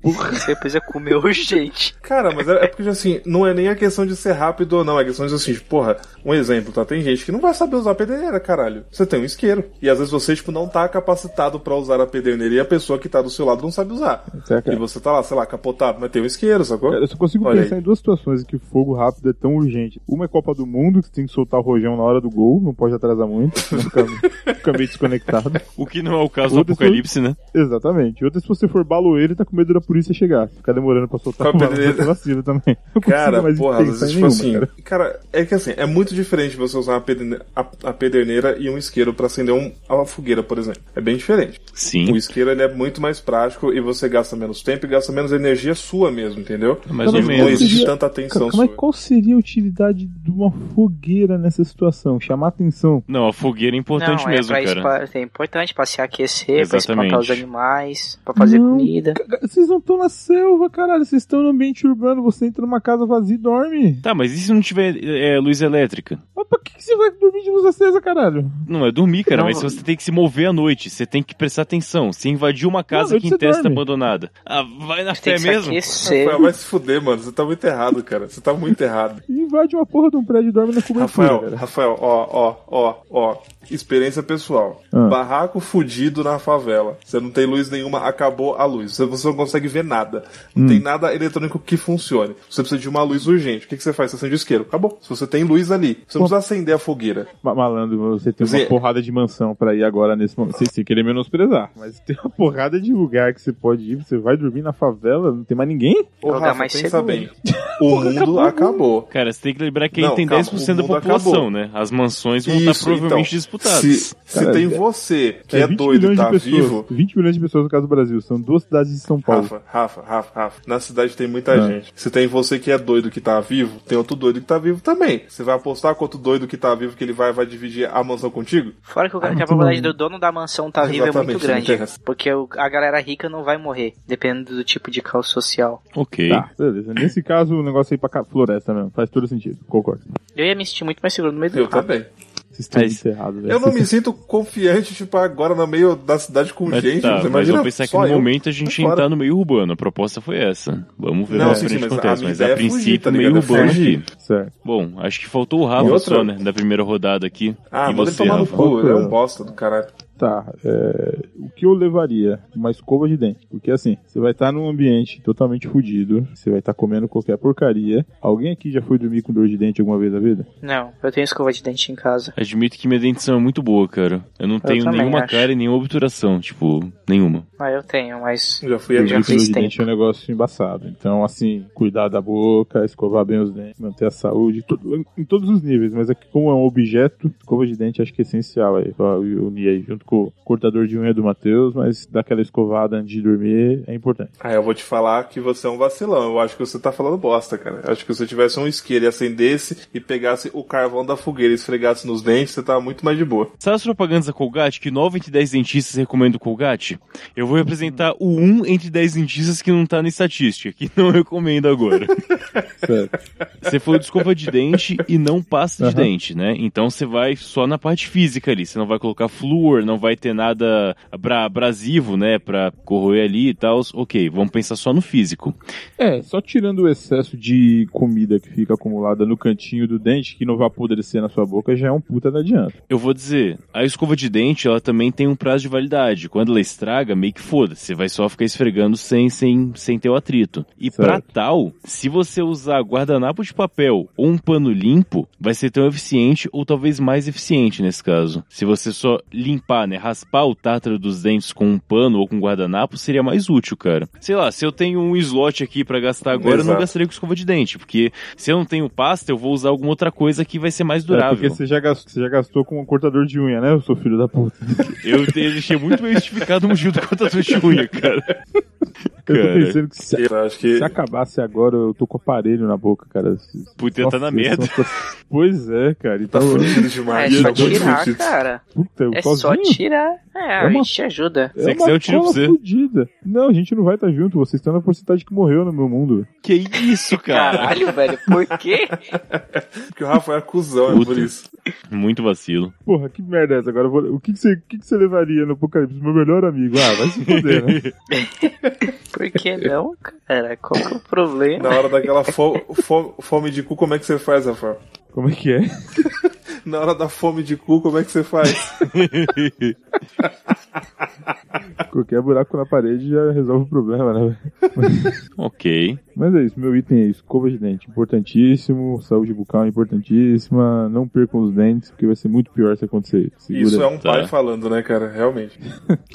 S1: Você precisa comer urgente.
S5: Cara, mas é, é porque assim, não é nem a questão de ser rápido ou não, é questão de assim, de, porra, um exemplo, tá? Tem gente que não vai saber usar a pederneira, caralho. Você tem um isqueiro. E às vezes você, tipo, não tá capacitado pra usar a pederneira e a pessoa que tá do seu lado não sabe usar.
S2: Saca?
S5: E você tá lá, sei lá, capotado, mas tem um isqueiro, sacou?
S2: Cara, eu só consigo
S5: Olha
S2: pensar em duas situações em que o fogo rápido é tão urgente. Uma é Copa do Mundo, que você tem que soltar o rojão na hora do gol, não pode atrasar muito, senão fica, fica meio desconectado.
S3: O que não é o caso do
S2: Outra
S3: apocalipse, né?
S2: Exatamente. Outra, se você for baloeiro, tá com medo da polícia chegar. Ficar demorando pra soltar
S5: Com a
S2: uma
S5: pedreira.
S2: vacilo também. Não consigo
S5: Cara,
S2: mais
S5: porra,
S2: pensar
S5: às vezes,
S2: em
S5: tipo
S2: nenhuma,
S5: assim.
S2: cara.
S5: Cara. é que assim, é muito diferente você usar uma pederne- a, a pederneira e um isqueiro pra acender um- uma fogueira, por exemplo. É bem diferente. O
S3: Sim.
S5: isqueiro ele é muito mais prático e você gasta menos tempo e gasta menos energia sua mesmo, entendeu?
S3: É Mais ou
S2: Cara,
S5: Não, não
S3: menos.
S2: mas-
S5: existe tanta atenção
S2: Cara, é mas
S5: sua.
S2: qual seria a utilidade de uma fogueira nessa situação? Chamar atenção.
S3: Não, a fogueira é importante
S1: não,
S3: mesmo,
S1: é, pra
S3: cara.
S1: espa- é importante pra se aquecer, pra
S3: Exatamente.
S1: espantar os animais, pra fazer
S2: Não.
S1: comida.
S2: Cara, Vocês não estão na selva, caralho. Vocês estão no ambiente urbano. Você entra numa casa vazia e dorme.
S3: Tá, mas e se não tiver é, luz elétrica?
S2: Mas pra que que você vai dormir de luz acesa, caralho?
S3: Não é dormir, cara,
S1: Não.
S3: mas você tem que se mover à noite, você tem que prestar atenção. Se invadir uma casa
S2: noite
S3: que em
S2: você
S3: tese tá
S2: dorme.
S3: abandonada. Ah, vai na
S1: Você tem
S3: fé
S1: que se
S3: mesmo?
S1: aquecer.
S5: Rafael, vai se fuder, mano. Você tá muito errado, cara. Você tá muito errado.
S2: E invade uma porra de um prédio e dorme na cobertura,
S5: Rafael,
S2: cara.
S5: Rafael, ó, ó, ó, ó. Experiência pessoal.
S2: Ah.
S5: Barraco fudido na favela. Você não tem luz nenhuma, acabou a luz. Você- Você não consegue ver nada. Não
S2: Hum.
S5: tem nada eletrônico que funcione. Você precisa de uma luz urgente. O que que você faz? Você acende o isqueiro. Acabou. Se você tem luz ali, você não precisa acender a fogueira.
S2: Ma- Malandro, você tem
S5: Quer
S2: uma
S5: dizer-
S2: porrada de mansão pra ir agora nesse momento. Sei sem querer menosprezar, mas tem uma porrada de lugar que você pode ir. Você vai dormir na favela, não tem mais ninguém?
S5: Ô,
S1: Jogar
S5: Rafa,
S1: mais
S5: pensa
S1: cedo,
S5: bem. O mundo acabou.
S3: Cara, você tem que lembrar que aí
S5: Não,
S3: tem
S5: calma,
S3: 10% da
S5: o mundo
S3: população,
S5: acabou.
S3: né? As mansões vão estar
S5: Isso,
S3: provavelmente
S5: então,
S3: disputadas.
S5: Se, se
S2: tá Cara,
S5: tem
S2: é-
S5: você que é,
S2: 20
S5: doido e
S2: milhões
S5: tá
S2: de pessoas,
S5: vivo,
S2: 20 milhões de pessoas no caso do Brasil. São duas cidades de São Paulo.
S5: Rafa, Rafa, Rafa, Rafa. Na cidade tem muita
S2: Ah.
S5: gente. Se tem você que é doido que tá vivo, tem outro doido que tá vivo também. Você vai apostar com outro doido que tá vivo que ele vai, vai dividir a mansão contigo?
S1: Fora que, o,
S2: Ah,
S1: que a
S2: muito
S1: probabilidade
S2: bom.
S1: do dono da mansão tá vivo é muito
S5: Exatamente, não
S1: grande.
S5: tem essa.
S1: Porque o- a galera rica não vai morrer, dependendo do tipo de caos social.
S3: Ok.
S2: Tá, beleza. Nesse caso, o negócio é ir pra ca- floresta mesmo. Faz todo sentido, concordo.
S1: Eu ia me sentir muito mais seguro no meio do
S5: Eu
S1: mato.
S5: também.
S2: Vocês estão
S3: Mas-
S2: encerrados, velho.
S5: É Eu não me sinto confiante, tipo, agora no meio da cidade com
S3: Mas,
S5: gente.
S3: tá,
S5: você
S3: mas
S5: imagina
S3: vamos pensar que
S5: só
S3: no
S5: eu.
S3: momento a gente
S5: Fora.
S3: tá no meio urbano. A proposta foi essa. Vamos ver
S5: Não,
S3: na
S5: sim,
S3: frente
S5: sim,
S3: o que
S5: mas a
S3: acontece.
S5: minha
S3: Mas a
S5: ideia é fugir,
S3: princípio,
S5: tá ligado?
S3: meio
S5: É
S3: urbano
S5: fugir.
S3: aqui.
S2: Certo.
S3: Bom, acho que faltou o
S5: E
S3: Rafa
S5: outra?
S3: só, né? Da primeira rodada aqui.
S5: Ah,
S3: e
S5: manda ele
S3: você,
S5: tomar no
S3: Rafa?
S5: cu, ele é um
S2: Rafa?
S5: bosta do caralho.
S2: Tá, é, o que eu levaria? Uma escova de dente. Porque assim, você vai estar num ambiente totalmente fudido, você vai estar comendo qualquer porcaria. Alguém aqui já foi dormir com dor de dente alguma vez na vida?
S1: Não, eu tenho escova de dente em casa.
S3: Admito que minha dentição é muito boa, cara. Eu não tenho
S1: também
S3: nenhuma
S1: acho.
S3: cara e nenhuma obturação, tipo, nenhuma.
S1: Ah, eu tenho, mas.
S5: Já fui
S1: Já
S5: ali.
S2: Dormir com dor
S1: fiz
S2: de dente
S1: tempo.
S2: é um negócio embaçado. Então, assim, cuidar da boca, escovar bem os dentes, manter a saúde, é tudo- em todos os níveis. Mas aqui, como é um objeto, escova de dente acho que é essencial aí. pra eu unir aí junto com o cortador de unha do Matheus, mas dar aquela escovada antes de dormir é importante.
S5: Ah, eu vou te falar que você é um vacilão. Eu acho que você tá falando bosta, cara. Eu acho que se eu tivesse um isqueiro e acendesse e pegasse o carvão da fogueira e esfregasse nos dentes, você tava muito mais de boa.
S3: Sabe as propagandas da Colgate que 9 entre 10 dentistas recomendam Colgate? Eu vou representar o 1 entre 10 dentistas que não tá na estatística, que não recomendo agora.
S2: Sério.
S3: Você falou de escova de dente e não pasta de
S2: Aham.
S3: dente, né? Então você vai só na parte física ali. Você não vai colocar flúor, não vai ter nada abra- abrasivo, né? Pra corroer ali e tal. Ok, vamos pensar só no físico.
S2: É, só tirando o excesso de comida que fica acumulada no cantinho do dente, que não vai apodrecer na sua boca, já é um puta da adianta.
S3: Eu vou dizer, a escova de dente, ela também tem um prazo de validade. Quando ela estraga, meio que foda-se. Você vai só ficar esfregando sem, sem, sem ter o atrito. E
S2: Certo.
S3: pra tal, se você usar guardanapo de papel ou um pano limpo, vai ser tão eficiente ou talvez mais eficiente nesse caso. Se você só limpar, né, raspar o tártaro dos dentes com um pano ou com um guardanapo, seria mais útil, cara. Sei lá, se eu tenho um slot aqui pra gastar agora, eu não
S5: Exato.
S3: gastaria com escova de dente, porque se eu não tenho pasta, eu vou usar alguma outra coisa que vai ser mais
S2: É,
S3: durável.
S2: porque você já, gastou, você já gastou com um cortador de unha, né, seu filho da puta?
S3: Eu te- eu deixei muito bem justificado um o motivo do cortador de unha, cara.
S2: Eu tô
S3: Cara.
S2: pensando que se,
S5: Eu acho que.
S2: se acabasse agora, eu tô com aparelho na boca, cara. Se-
S3: Podia
S2: Nossa,
S3: tá na
S2: esse
S3: merda.
S2: é uma coisa- Pois é, cara.
S5: Tá
S2: Então,
S1: Ah,
S5: fudido
S1: é
S5: demais.
S1: só
S5: tá muito
S1: tirar,
S5: fudido.
S1: cara.
S2: puta, eu
S1: É só
S2: sozinho?
S1: tirar. É, a
S2: Um É uma-
S1: gente te ajuda.
S2: É
S3: Se
S2: uma
S3: quiser, eu tiro pra
S2: cola
S3: você.
S2: fudida. Não, a gente não vai estar junto. Vocês estão na porcentagem que morreu no meu mundo.
S3: Que isso, cara?
S1: Caralho, velho, por quê?
S5: Porque o Rafa é acusão, é
S3: Puta.
S5: por isso.
S3: Muito vacilo.
S2: Porra, que merda é essa? Agora eu vou- o que, que, você, o que, que você levaria no apocalipse? Meu melhor amigo. Ah, vai se fuder, né?
S1: Por que não, cara? Qual que é o problema?
S5: Na hora daquela fo- fo- fome de cu, como é que você faz, Rafa?
S2: Como é que é?
S5: Na hora da fome de cu, como é que você faz?
S2: Qualquer buraco na parede já resolve o problema, né?
S3: Ok.
S2: Mas é isso, meu item é escova de dente, importantíssimo, saúde bucal é importantíssima, não percam os dentes, porque vai ser muito pior se acontecer. Segura.
S5: Isso é um
S3: Tá.
S5: pai falando, né, cara? Realmente.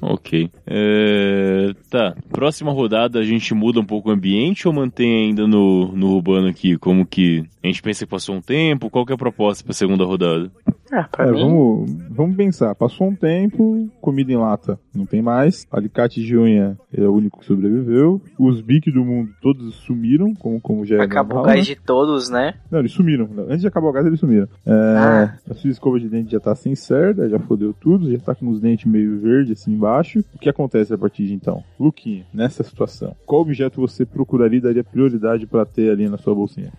S3: Ok. É, tá. Próxima rodada a gente muda um pouco o ambiente ou mantém ainda no, no urbano aqui? Como que. A gente pensa que passou um tempo? Qual que é a proposta pra segunda rodada?
S1: Ah, pra
S2: É,
S1: mim,
S2: vamos, vamos pensar. Passou um tempo, comida em lata não tem mais, alicate de unha é o único que sobreviveu, os biques do mundo todos sumiram, como, como já é
S1: acabou o
S2: normal, né?
S1: gás de todos, né?
S2: Não, eles sumiram. Antes de acabar o gás, eles sumiram. É,
S1: Ah.
S2: A sua escova de dente já tá sem cerda, já fodeu tudo, já tá com os dentes meio verde assim embaixo. O que acontece a partir de então? Luquinha, nessa situação, qual objeto você procuraria e daria prioridade pra ter ali na sua bolsinha?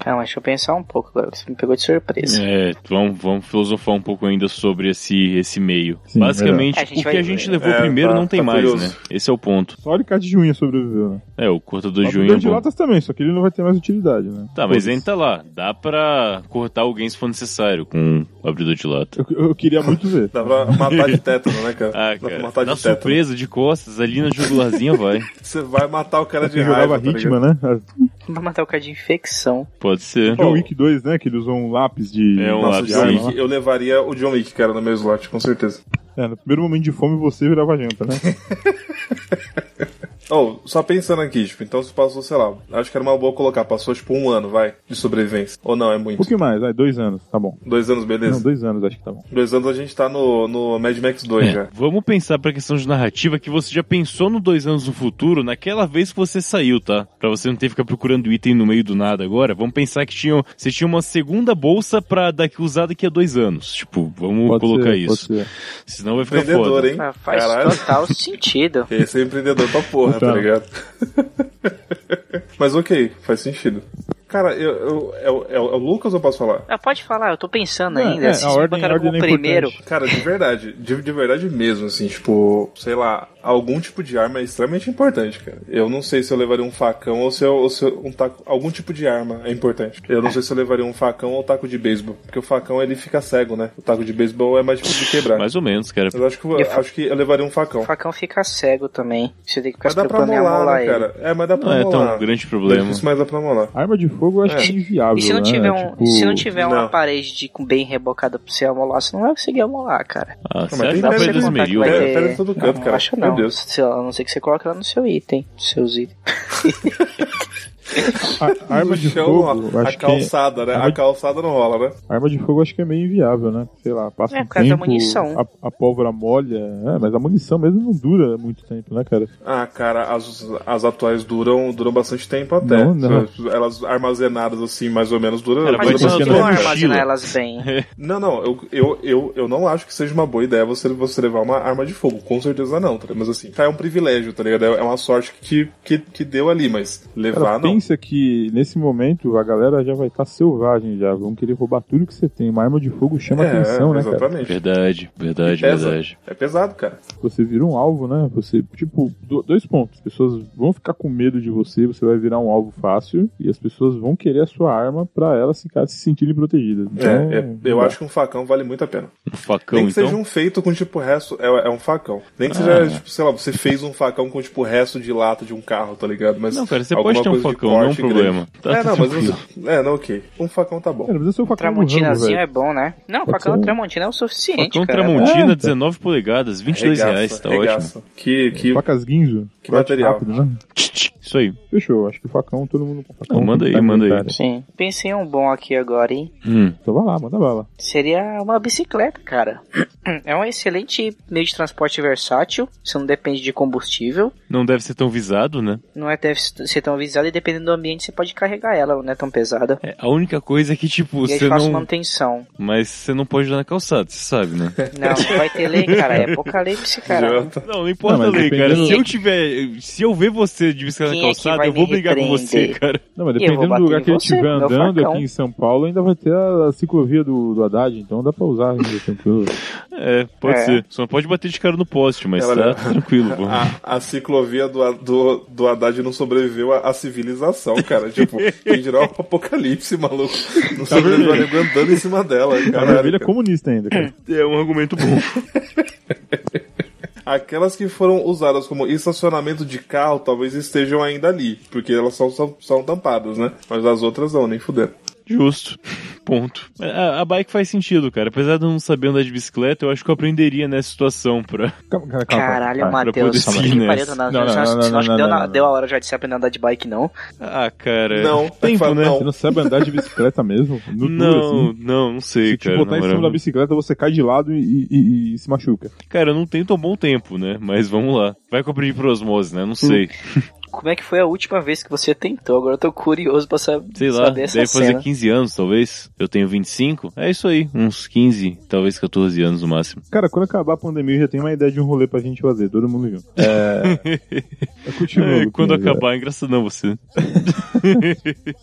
S1: Calma, deixa eu pensar um pouco agora, que você me pegou de surpresa.
S3: É, vamos, vamos filosofar um pouco ainda sobre esse, esse meio.
S2: Sim,
S3: Basicamente,
S1: melhor. A gente
S3: o que
S1: vai-
S3: a gente levou
S5: É,
S3: primeiro
S5: tá-
S3: não tem
S5: tá
S3: mais,
S5: curioso.
S3: né? Esse é o ponto.
S2: Só alicate de unha sobreviveu, né?
S3: É, o cortador de
S2: Mas o
S3: unha. é
S2: de
S3: bom.
S2: latas também, só que ele não vai ter mais utilidade, né?
S3: Tá, mas
S2: Foda-se.
S3: ainda tá lá. Dá pra cortar alguém se for necessário com o abridor de lata.
S2: Eu, eu queria muito ver.
S5: Dá pra matar de tétano, né, cara?
S3: Ah,
S5: Dá pra
S3: cara.
S5: matar
S3: Na
S5: de né? tétano.
S3: surpresa, de costas, ali na jugularzinha vai.
S5: Você vai matar o cara de
S2: Ele jogava
S5: raiva. tá ligado?
S2: ritmo, né?
S1: Vai matar o cara de infecção.
S3: Pode ser.
S2: John Wick 2, né? Que ele usou um lápis de.
S3: É, um
S5: Nossa, o
S3: lápis,
S2: de
S5: John
S2: arma
S3: sim.
S5: Wick, eu levaria o John Wick, cara, no meu slot, com certeza.
S2: lá. É, no primeiro momento de fome você virava janta, né?
S5: Oh, só pensando aqui, tipo, então se passou, sei lá, acho que era uma boa colocar, passou tipo um ano, vai, de sobrevivência. Ou não, é
S2: Um
S5: muito.
S2: pouquinho mais, vai, dois anos, tá bom.
S5: Dois anos, beleza.
S2: Não, dois anos acho que tá bom.
S5: Dois anos a gente tá no, no Mad Max 2 já.
S3: É. Vamos pensar pra questão de narrativa que você já pensou no dois anos no futuro, naquela vez que você saiu, tá? Pra você não ter que ficar procurando item no meio do nada agora. Vamos pensar que tinha, você tinha uma segunda bolsa pra daqui, usar daqui a é dois anos. Tipo, vamos
S2: Pode
S3: colocar
S2: ser,
S3: isso.
S2: Pode ser.
S3: Senão vai ficar
S5: Empreendedor,
S3: foda.
S5: hein?
S1: Ah, faz
S5: Caralho.
S1: total sentido.
S5: Esse é empreendedor pra porra,
S2: Então.
S5: tá ligado? Mas ok, faz sentido. Cara, eu, eu- é, o- é o é o Lucas ou eu posso falar?
S1: Ah, pode falar, eu tô pensando
S2: É,
S1: ainda. assim,
S2: é,
S1: se
S2: a
S1: vocês
S2: ordem- a
S1: botaram
S2: ordem
S1: como
S2: é
S1: primeiro,
S2: importante.
S5: Cara, de verdade, de, de verdade mesmo, assim, tipo, sei lá, algum tipo de arma é extremamente importante, cara. Eu não sei se eu levaria um facão ou se, eu, ou se eu- um taco. Algum tipo de arma é importante. Eu não sei se eu levaria um facão ou um taco de beisebol. Porque o facão ele fica cego, né? O taco de beisebol é mais difícil de quebrar. Mas...
S3: Mais ou menos, cara.
S5: Eu acho que, eu-
S1: E o fa-
S5: acho que eu levaria um
S1: o
S5: facão.
S1: facão fica cego também. Você tem que ficar
S5: Mas
S1: se
S5: dá pra
S1: preocupando em
S5: molar,
S1: amolar
S5: né,
S1: ele.
S5: cara? É, mas dá pra
S3: Não é
S5: molar.
S3: tão grande
S5: É
S3: problema.
S5: difícil, mas dá pra molar.
S2: Arma de fogo eu acho
S5: É.
S2: que é inviável.
S1: E se não
S2: né?
S1: tiver, um,
S2: Tipo,
S1: se não tiver uma
S5: Não.
S1: parede de, com bem rebocada pra você amolar, você não vai conseguir amolar, cara.
S3: Ah,
S5: mas
S3: você acha
S5: tem
S3: que dá
S5: que
S3: pra né? É,
S5: ser
S3: ir
S5: contato,
S3: desmeriu,
S5: vai
S3: velho?
S5: ter- Pera em todo canto,
S1: não,
S5: cara.
S1: Acho
S5: Meu
S1: não.
S5: Deus.
S1: Se- A não ser que você coloque lá no seu item. Seus itens.
S2: A, arma
S5: No
S2: de
S5: chão,
S2: fogo, eu
S5: ó, a
S2: acho que é-
S5: calçada, né?
S2: arma
S5: A
S2: de-
S5: calçada não rola, né?
S2: arma de fogo acho que é meio inviável, né? Sei lá, passa
S1: É,
S2: um
S1: por causa da
S2: tempo,
S1: munição.
S2: A, a pólvora molha, é, mas a munição mesmo não dura muito tempo, né, cara?
S5: Ah, cara, as, as atuais duram, duram bastante tempo até.
S2: Não, não.
S5: Elas armazenadas assim, mais ou menos, duram.
S3: Cara,
S5: duram
S1: Mas
S3: Vai
S1: eles não
S3: ter
S5: bastante
S3: que
S1: vão
S5: tempo.
S3: andar de
S1: armazenar
S3: mochila.
S1: elas bem.
S5: Não, não, eu, eu, eu, eu não acho que seja uma boa ideia você, você levar uma arma de fogo, com certeza não, tá ligado? mas assim, tá, é um privilégio, tá ligado? É uma sorte que, que, que deu ali, mas
S2: Cara,
S5: levar não.
S2: pensa que nesse momento a galera já vai estar selvagem já, vão querer roubar tudo que você tem. Uma arma de fogo chama
S5: é,
S2: atenção, né, cara?
S5: exatamente.
S3: Verdade, verdade,
S5: Pesa.
S3: verdade.
S5: É pesado, cara.
S2: Você vira um alvo, né? Você, tipo, do- dois pontos. As pessoas vão ficar com medo de você, você vai virar um alvo fácil, e as pessoas vão querer a sua arma pra elas ficarem se sentirem protegidas.
S5: É,
S2: Então,
S5: é, eu acho que um facão vale muito a pena.
S3: Um facão,
S5: Nem que
S3: então. Ah.
S5: seja um feito com tipo resto. É, é um facão. Nem que seja, tipo, sei lá, você fez um facão com tipo resto de lata de um carro, tá ligado? Mas
S3: Não, cara, você
S5: alguma
S3: pode ter um
S5: coisa de
S3: facão, não é um
S5: porte grande.
S3: problema. Tá
S5: é, não, mas
S3: tranquilo.
S5: você. É, não, ok. Um facão tá bom.
S2: Cara, mas eu sou facão no rango,
S1: Tramontinazinho
S2: um velho.
S1: é bom, né? Não,
S2: Pode
S1: facão
S2: ser um-
S1: Tramontina é o suficiente,
S3: Facão
S1: cara.
S3: Tramontina,
S2: É,
S3: 19 polegadas, 22
S5: Regaça,
S3: reais, tá ótimo.
S5: regaça. Que, que
S2: Facas guinzo.
S5: Que
S2: corte
S5: material.
S2: Rápido, né?
S3: Isso aí.
S2: Fechou, acho que facão, todo mundo com facão.
S3: Não, manda aí,
S2: Tá
S3: manda aí.
S2: militar.
S1: Sim. Pensei em um bom aqui agora, hein?
S3: Hum.
S2: Então vai lá, manda bala.
S1: Seria uma bicicleta, cara. É um excelente meio de transporte versátil. Você não depende de combustível.
S3: Não deve ser tão visado, né?
S1: Não é deve ser tão visada e dependendo do ambiente você pode carregar ela, não é tão pesada.
S3: É, a única coisa é que, tipo,
S1: e aí
S3: você
S1: faço
S3: não.
S1: manutenção.
S3: Mas você não pode dar na calçada, você sabe, né?
S1: Não, não vai ter lei, cara. É apocalipse, cara.
S5: idiota.
S3: Não, não importa
S2: Não,
S3: a
S2: mas
S3: lei, cara.
S2: dependendo-
S3: Se eu tiver. Se eu ver você de bicicleta na
S1: Quem é que
S3: calçada,
S1: vai
S3: eu vou
S1: me
S3: brigar com você,
S1: repreender?
S3: cara.
S2: Não, mas
S1: E eu
S2: dependendo
S1: vou
S2: do
S1: bater
S2: lugar
S1: em
S2: que a
S1: você,
S2: gente estiver
S1: meu
S2: andando
S1: facão.
S2: aqui em São Paulo, ainda vai ter a, a ciclovia do, do Haddad, então dá pra usar ainda, tranquilo.
S3: É, pode
S1: É.
S3: ser. Só não pode bater de cara no poste, mas
S5: Olha,
S3: tá tranquilo, pô.
S5: A, a ciclovia do, do, do Haddad não sobreviveu à, à civilização, cara. Tipo, quem dirá o apocalipse, maluco. Não
S3: Tá
S5: sobreviveu a nego andando em cima
S2: A
S5: dela. Caralho,
S2: maravilha é
S5: cara.
S2: comunista ainda, cara.
S3: É um argumento bom.
S5: Aquelas que foram usadas como estacionamento de carro talvez estejam ainda ali, porque elas são, são, são tampadas, né? Mas as outras não, nem fuder.
S3: Justo. Ponto. É, A, a bike faz sentido, cara. Apesar de eu não saber andar de bicicleta, eu acho que eu aprenderia nessa situação pra.
S2: Calma, calma, calma.
S3: Ah,
S1: Caralho,
S2: calma.
S3: poder
S1: Matheus. Puta
S3: seguir
S1: que pariu,
S3: nessa.
S1: tá na-
S2: Não, não,
S1: você
S2: não,
S1: acha- você
S2: não,
S1: acha
S2: não,
S1: que deu
S2: não,
S1: na-
S2: não.
S1: deu a hora já de se aprender a andar de bike, não?
S3: Ah, cara.
S5: Não,
S3: tempo,
S5: fala-
S3: né?
S5: não.
S2: Você não sabe andar de bicicleta mesmo? No duro,
S3: Não,
S2: assim.
S3: não, um- não sei,
S2: Se te
S3: cara.
S2: botar
S3: na
S2: em cima
S3: moral.
S2: da bicicleta, você cai de lado e, e- e se machuca.
S3: Cara, eu não tenho tão bom tempo, né? Mas vamos lá. Vai que eu aprendi por osmose, né? Não sei.
S1: Como é que foi a última vez que você tentou? Agora eu tô curioso pra sa-
S3: Sei lá,
S1: saber
S3: deve
S1: essa
S3: fazer
S1: cena.
S3: 15 anos, talvez. Eu tenho 25. É isso aí, uns 15, talvez 14 anos no máximo.
S2: Cara, quando acabar a pandemia, eu já tenho uma ideia de um rolê pra gente fazer, todo mundo junto. É. Eu continuo,
S3: É, quando
S2: Luquinhas,
S3: acabar, é engraçado não você.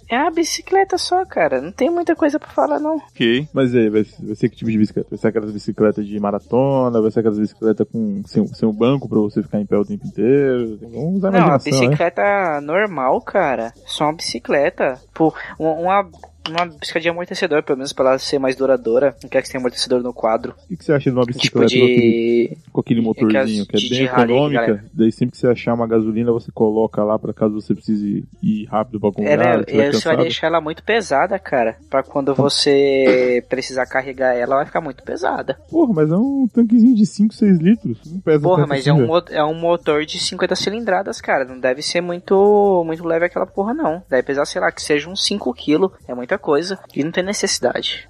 S1: É uma bicicleta só, cara. Não tem muita coisa pra falar, não.
S3: Ok.
S2: Mas e aí, vai, vai ser que tipo de bicicleta? Vai ser aquelas bicicletas de maratona? Vai ser aquelas bicicletas com, sem, sem um banco pra você ficar em pé o tempo inteiro? Vamos usar a
S1: Não, a
S2: imaginação, né?
S1: bicicleta normal, cara. Só uma bicicleta. Pô, uma, uma, uma bicicleta de amortecedor, pelo menos pra ela ser mais duradoura. Não quer que você tenha amortecedor no quadro.
S2: O que, que você acha de uma
S1: Tipo
S2: bicicleta com, aquele,
S1: de.
S2: com aquele motorzinho que é
S1: de- de
S2: bem
S1: rally,
S2: econômica?
S1: galera.
S2: Daí sempre que você achar uma gasolina, você coloca lá pra caso você precise ir rápido pra algum
S1: Ela,
S2: lugar, tiver
S1: né, você vai
S2: cansado.
S1: deixar ela muito pesada, cara. Pra quando você precisar carregar ela, ela vai ficar muito pesada.
S2: Porra, mas é um tanquezinho de 5, 6 litros. Não pesa
S1: Porra,
S2: tanto
S1: mas
S2: assim,
S1: é um,
S2: velho.
S1: mo- é um motor de 50 cilindradas, cara. Não deve ser muito muito leve aquela porra, não. Deve pesar, sei lá, que seja uns 5 kg. É muita coisa. E não tem necessidade.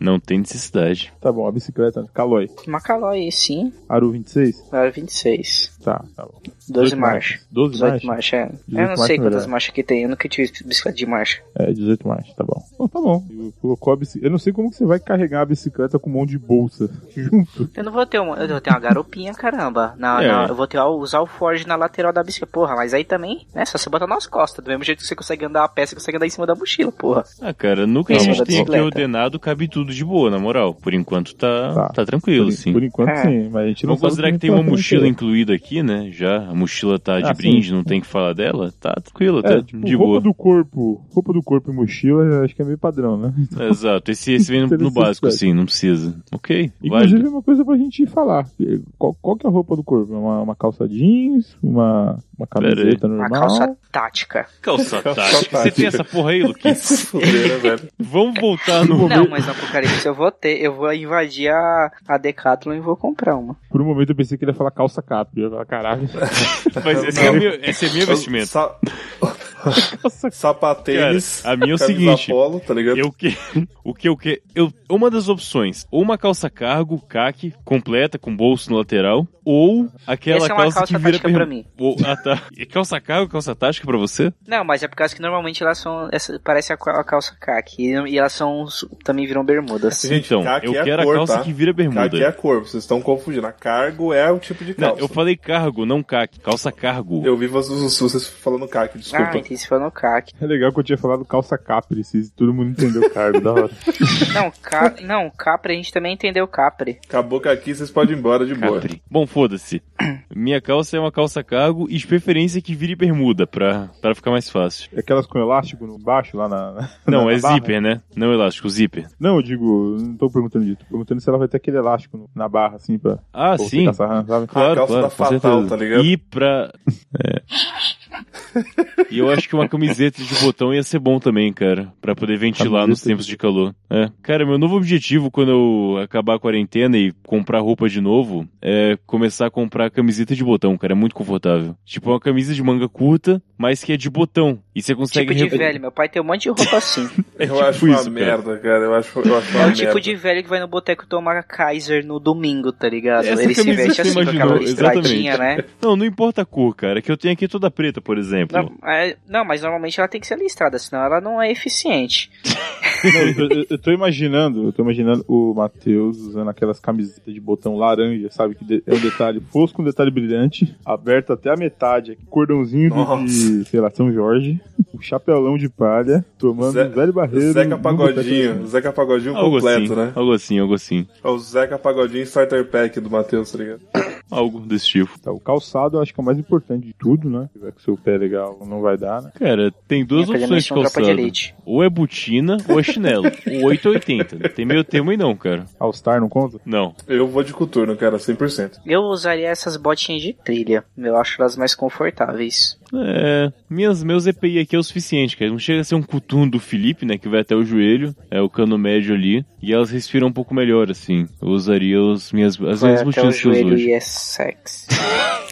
S3: Não tem necessidade.
S2: Tá bom, a bicicleta, Caloi.
S1: Macaló aí, sim.
S2: Aro 26?
S1: Era 26.
S2: Tá, tá bom.
S1: 12
S2: 18
S1: marchas.
S2: 12
S1: 18
S2: marchas?
S1: marchas, é. Eu não
S2: marchas,
S1: sei quantas
S2: melhor.
S1: marchas que tem. Eu nunca tive bicicleta de marcha.
S2: É, 18 marchas, tá bom. Bom, tá bom. Eu, colocou a bici- eu não sei como que você vai carregar a bicicleta com um monte de bolsa junto.
S1: Eu não vou ter uma. Eu vou ter uma garopinha, caramba. Na,
S3: É.
S1: na- eu vou ter, usar o Forge na lateral da bicicleta. Porra, mas aí também, né? Só você botar nas costas. Do mesmo jeito que você consegue andar a pé, você consegue andar em cima da mochila, porra.
S3: Ah, cara, no que
S1: Em
S3: a
S1: cima
S3: gente
S1: da
S3: tem aqui
S1: bicicleta.
S3: ordenado, cabe tudo de boa, na moral. Por enquanto tá,
S2: Tá.
S3: tá. tranquilo,
S2: por, en-
S3: sim.
S2: por enquanto,
S1: É.
S2: sim. Mas a gente não
S3: Vamos
S2: sabe
S3: considerar que
S2: como
S3: tem uma
S2: tá, né?
S3: mochila incluída aqui, né? Já a mochila tá de
S2: Ah, sim.
S3: brinde, não tem que falar dela. Tá tranquilo, tá
S2: É, tipo,
S3: de
S2: roupa
S3: boa.
S2: do corpo, roupa do corpo e mochila, eu acho que é meio padrão, né?
S3: Exato, esse, esse vem no,
S2: Tem
S3: no básico,
S2: necessidade.
S3: assim, não precisa. Ok,
S2: Inclusive,
S3: válido.
S2: é uma coisa pra gente falar. Qual, qual que é a roupa do corpo? É Uma, uma calça jeans? Uma, uma
S3: Pera aí.
S2: camiseta
S1: Uma
S2: normal?
S1: calça tática.
S3: Calça tática. Você
S5: tática.
S3: tem essa porra aí, Luquinhos?
S5: Se fuder, né, velho?
S3: Vamos voltar no
S1: Não, mas no Apocalipse eu vou ter, eu vou invadir a, a Decathlon e vou comprar uma.
S2: Por um momento eu pensei que ele ia falar calça cap. Eu ia falar, caralho.
S3: Mas esse é, meu, esse é meu
S5: Os-
S3: vestimento.
S5: sa-
S2: Nossa,
S5: Sapatênis.
S3: Cara, a minha é o
S5: camisa
S3: seguinte,
S5: polo, tá ligado?
S3: Eu que... o que eu que... Eu... Uma das opções, ou uma calça cargo, caque, completa, com bolso no lateral, ou aquela
S1: Essa é uma
S3: calça,
S1: calça
S3: que vira...
S1: tática pra mim.
S3: Ou- Ah, tá. E calça cargo, calça tática pra você?
S1: Não, mas é por causa que normalmente elas são. Essa, parece a, ca- a calça caque. E, e elas são. Também viram bermudas.
S5: Gente,
S3: então,
S5: caque
S3: eu
S5: é a
S3: quero
S5: cor,
S3: a calça
S5: tá?
S3: que vira bermuda.
S5: Caque é a cor, vocês estão confundindo. A cargo é o tipo de
S3: Não,
S5: calça.
S3: eu falei cargo, não caque. Calça cargo.
S5: Eu vi vocês, vocês falando caque,
S1: Ah,
S5: desculpa.
S1: entendi, se foi no caque.
S2: é legal que eu tinha falado calça capri, se todo mundo entendeu o cargo, da hora.
S1: Não, ca... não, capre, a gente também entendeu capre.
S5: Acabou com aqui, vocês podem ir embora de boa.
S3: Capri. Bom, foda-se. Minha calça é uma calça cargo e de preferência que vire bermuda, pra, pra ficar mais fácil.
S2: É Aquelas com elástico no baixo, lá na...
S3: Não,
S2: na
S3: é
S2: barra.
S3: zíper, né? Não elástico, zíper.
S2: Não, eu digo, não tô perguntando disso. Tô perguntando se ela vai ter aquele elástico no- na barra, assim, pra...
S3: Ah,
S2: pra você
S3: sim.
S2: caçar, sabe?
S3: Claro,
S5: A calça
S3: claro, com
S5: tá fatal,
S3: certeza.
S5: tá ligado?
S3: E pra. É. e eu acho que uma camiseta de botão ia ser bom também, cara. Pra poder ventilar nos
S2: Camiseta de-
S3: tempos de calor. É. Cara, meu novo objetivo quando eu acabar a quarentena e comprar roupa de novo é começar a comprar camiseta de botão, cara. É muito confortável. Tipo, uma camisa de manga curta, mas que é de botão. E você consegue.
S1: Tipo de
S3: re-
S1: velho, meu pai tem um monte de roupa assim.
S5: Eu
S3: tipo
S5: acho uma
S3: isso, cara.
S5: merda, cara. Eu acho, eu acho
S1: É
S5: uma
S1: o
S5: merda.
S1: tipo de velho que vai no boteco tomar Kaiser no domingo, tá ligado?
S3: Essa
S1: Ele se
S3: camisa
S1: veste
S3: você
S1: assim, com
S3: imaginou,
S1: aquela estradinha, né?
S3: Não, não importa a cor, cara. é Que eu tenho aqui toda preta, por exemplo.
S1: Não, é- não, mas normalmente ela tem que ser listrada, senão ela não é eficiente.
S2: Não, eu, eu- eu tô imaginando, eu tô imaginando o Matheus usando aquelas camisetas de botão laranja, sabe? Que de- é um detalhe fosco, um detalhe brilhante, aberto até a metade, aqui, cordãozinho do, de, sei lá, São Jorge, um chapelão de palha, tomando
S5: Zé-
S2: um velho barreiro.
S5: Zeca
S2: num
S5: Pagodinho,
S2: boteco.
S5: Zeca Pagodinho
S3: Algo
S5: completo,
S3: assim,
S5: né?
S3: algo assim, algo assim.
S5: É o Zeca Pagodinho Starter Pack do Matheus, tá ligado?
S3: Algo desse tipo.
S2: Tá, o calçado eu acho que é o mais importante de tudo, né? Se tiver com seu pé legal, não vai dar, né?
S3: Cara, tem duas
S1: Minha
S3: opções de
S1: predominação é tropa de
S3: calçado.
S1: elite.
S3: ou é botina ou é chinelo. o 880. Não tem meio termo aí não, cara.
S2: All Star não conta?
S3: Não.
S5: Eu vou de coturno, cara, 100%.
S1: Eu usaria essas botinhas de trilha. Eu acho elas mais confortáveis.
S3: É, minhas, meus EPI aqui é o suficiente, cara. Não chega a ser um coturno do Felipe, né, que vai até o joelho. É o cano médio ali. E elas respiram um pouco melhor, assim. Eu usaria os minhas, as
S1: Vai
S3: minhas
S1: até o
S3: botinas que eu uso
S1: joelho
S3: hoje.
S1: e é sexy.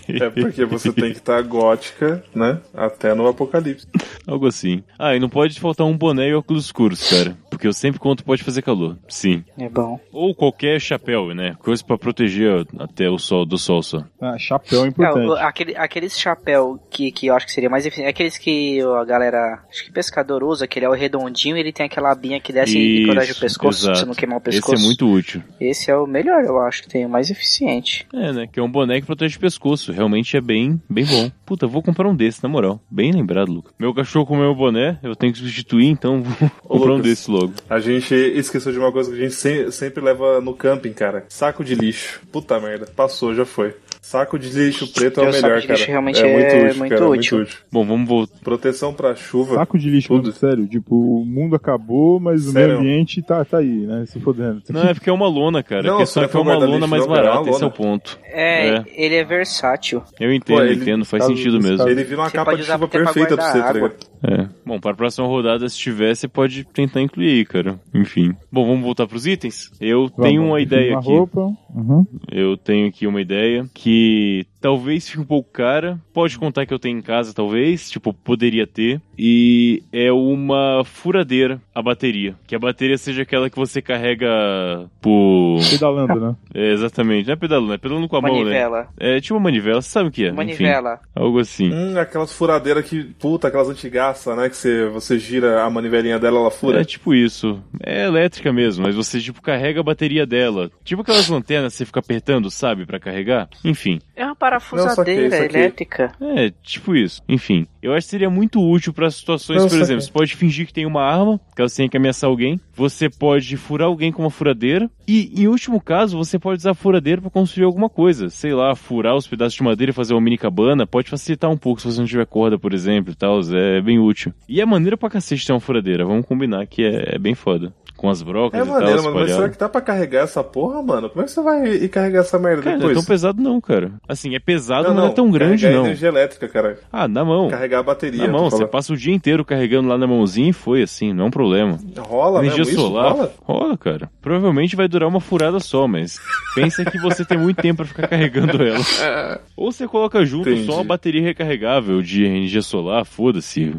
S5: É porque você tem que estar gótica, né? Até no apocalipse.
S3: Algo assim. Ah, e não pode faltar um boné e óculos escuros, cara. Porque eu sempre conto pode fazer calor. Sim.
S1: É bom.
S3: Ou qualquer chapéu, né? Coisa pra proteger até o sol do sol só.
S2: Ah, chapéu é
S1: É,
S2: importante.
S1: o- aquele, aqueles chapéu que, que eu acho que seria mais eficiente. Aqueles que a galera. Acho que pescador usa, que ele é o redondinho e ele tem aquela abinha que desce e
S3: Isso,
S1: corage o pescoço pra você
S3: exato.
S1: não queimar o pescoço.
S3: Esse é muito útil.
S1: Esse é o melhor, eu acho, que tem o mais eficiente.
S3: É, né? Que é um boné que protege o pescoço. Realmente é bem, bem bom. Puta, eu vou comprar um desse, na moral. Bem lembrado, Luca. Meu cachorro comeu o boné, eu tenho que substituir, então vou comprar um
S5: Lucas.
S3: desse logo.
S5: A gente esqueceu de uma coisa que a gente se- sempre leva no camping, cara. Saco de lixo. Puta merda. Passou, já foi. Saco de lixo preto é
S1: Eu
S5: o
S1: saco
S5: melhor,
S1: de
S5: cara.
S1: lixo realmente
S5: é
S1: é
S5: muito útil,
S1: muito
S5: cara. é
S1: útil.
S5: Muito útil.
S3: Bom, vamos voltar.
S5: Proteção pra chuva.
S2: Saco de lixo,
S5: Tudo.
S2: sério. Tipo, o mundo acabou, mas o meio
S5: Sério.
S2: ambiente tá, tá aí, né? Se fodendo.
S3: Não, é porque é uma lona, cara.
S5: Não,
S3: a questão
S5: você
S3: é que é
S5: não
S3: uma
S5: vai guardar
S3: lona
S5: lixo,
S3: mais
S5: não, cara. É uma
S3: barata, esse é o
S5: lona.
S3: ponto.
S1: É,
S3: É.
S1: ele é versátil.
S3: Eu entendo,
S5: ele-
S3: entendo, faz
S2: tá-
S3: sentido
S2: tá-
S3: mesmo.
S5: Ele vira uma
S1: Você
S5: capa
S1: pode
S5: de
S1: usar
S5: chuva
S1: até pra
S5: perfeita pra
S1: guardar
S5: você, tá
S1: água.
S5: ligado?
S3: É. Bom, para a próxima rodada, se tiver, você pode tentar incluir aí, cara. Enfim. Bom, vamos voltar pros itens? Eu tenho
S2: Vamos,
S3: uma ideia
S2: uma
S3: aqui.
S2: Roupa, uhum.
S3: Eu tenho aqui uma ideia que talvez fique um pouco cara. Pode contar que eu tenho em casa, talvez. Tipo, poderia ter. E é uma furadeira a bateria. Que a bateria seja aquela que você carrega por.
S2: Pedalando, né?
S3: É, exatamente. Não é pedalando, é pedalando com a mão, né?
S1: manivela.
S3: É tipo uma manivela, você sabe o que é? Enfim,
S1: Manivela.
S3: algo assim.
S5: Hum, aquelas furadeiras que. Puta, aquelas antigaças, né? Que você, você gira a manivelinha dela, ela fura.
S3: É tipo isso. É elétrica mesmo, mas você, tipo, carrega a bateria dela. Tipo aquelas lanternas que você fica apertando, sabe, pra carregar. Enfim.
S1: É uma
S5: Não,
S1: parafusadeira
S5: saquei, saquei.
S1: elétrica.
S3: É, tipo isso. Enfim, eu acho que seria muito útil pra situações,
S5: Eu
S3: por
S5: saquei.
S3: exemplo, você pode fingir que tem uma arma, caso você tenha que ameaçar alguém, você pode furar alguém com uma furadeira, e em último caso, você pode usar a furadeira pra construir alguma coisa, sei lá, furar os pedaços de madeira e fazer uma mini cabana, pode facilitar um pouco se você não tiver corda, por exemplo, e tal, é bem útil. E é maneira pra cacete ter uma furadeira, vamos combinar que é, é bem foda. com as brocas
S5: É
S3: e
S5: maneiro,
S3: tal.
S5: mano, mas será
S3: espalhado.
S5: que dá pra carregar essa porra, mano? Como é que você vai ir carregar essa merda
S3: Cara, não é
S5: depois?
S3: tão pesado não, cara. Assim, é pesado, não, é tão grande
S5: carregar
S3: não.
S5: energia elétrica, cara.
S3: Ah, na mão.
S5: Carregar a bateria.
S3: Na mão,
S5: tô
S3: você
S5: falando.
S3: passa o dia inteiro carregando lá na mãozinha e foi assim, não é um problema.
S5: Rola
S3: Energia
S5: mesmo
S3: solar.
S5: né, isso? Rola?
S3: Rola, cara. Provavelmente vai durar uma furada só, mas pensa que você tem muito tempo pra ficar carregando ela. Ou você coloca junto
S5: Entendi.
S3: só uma bateria recarregável de energia solar, foda-se.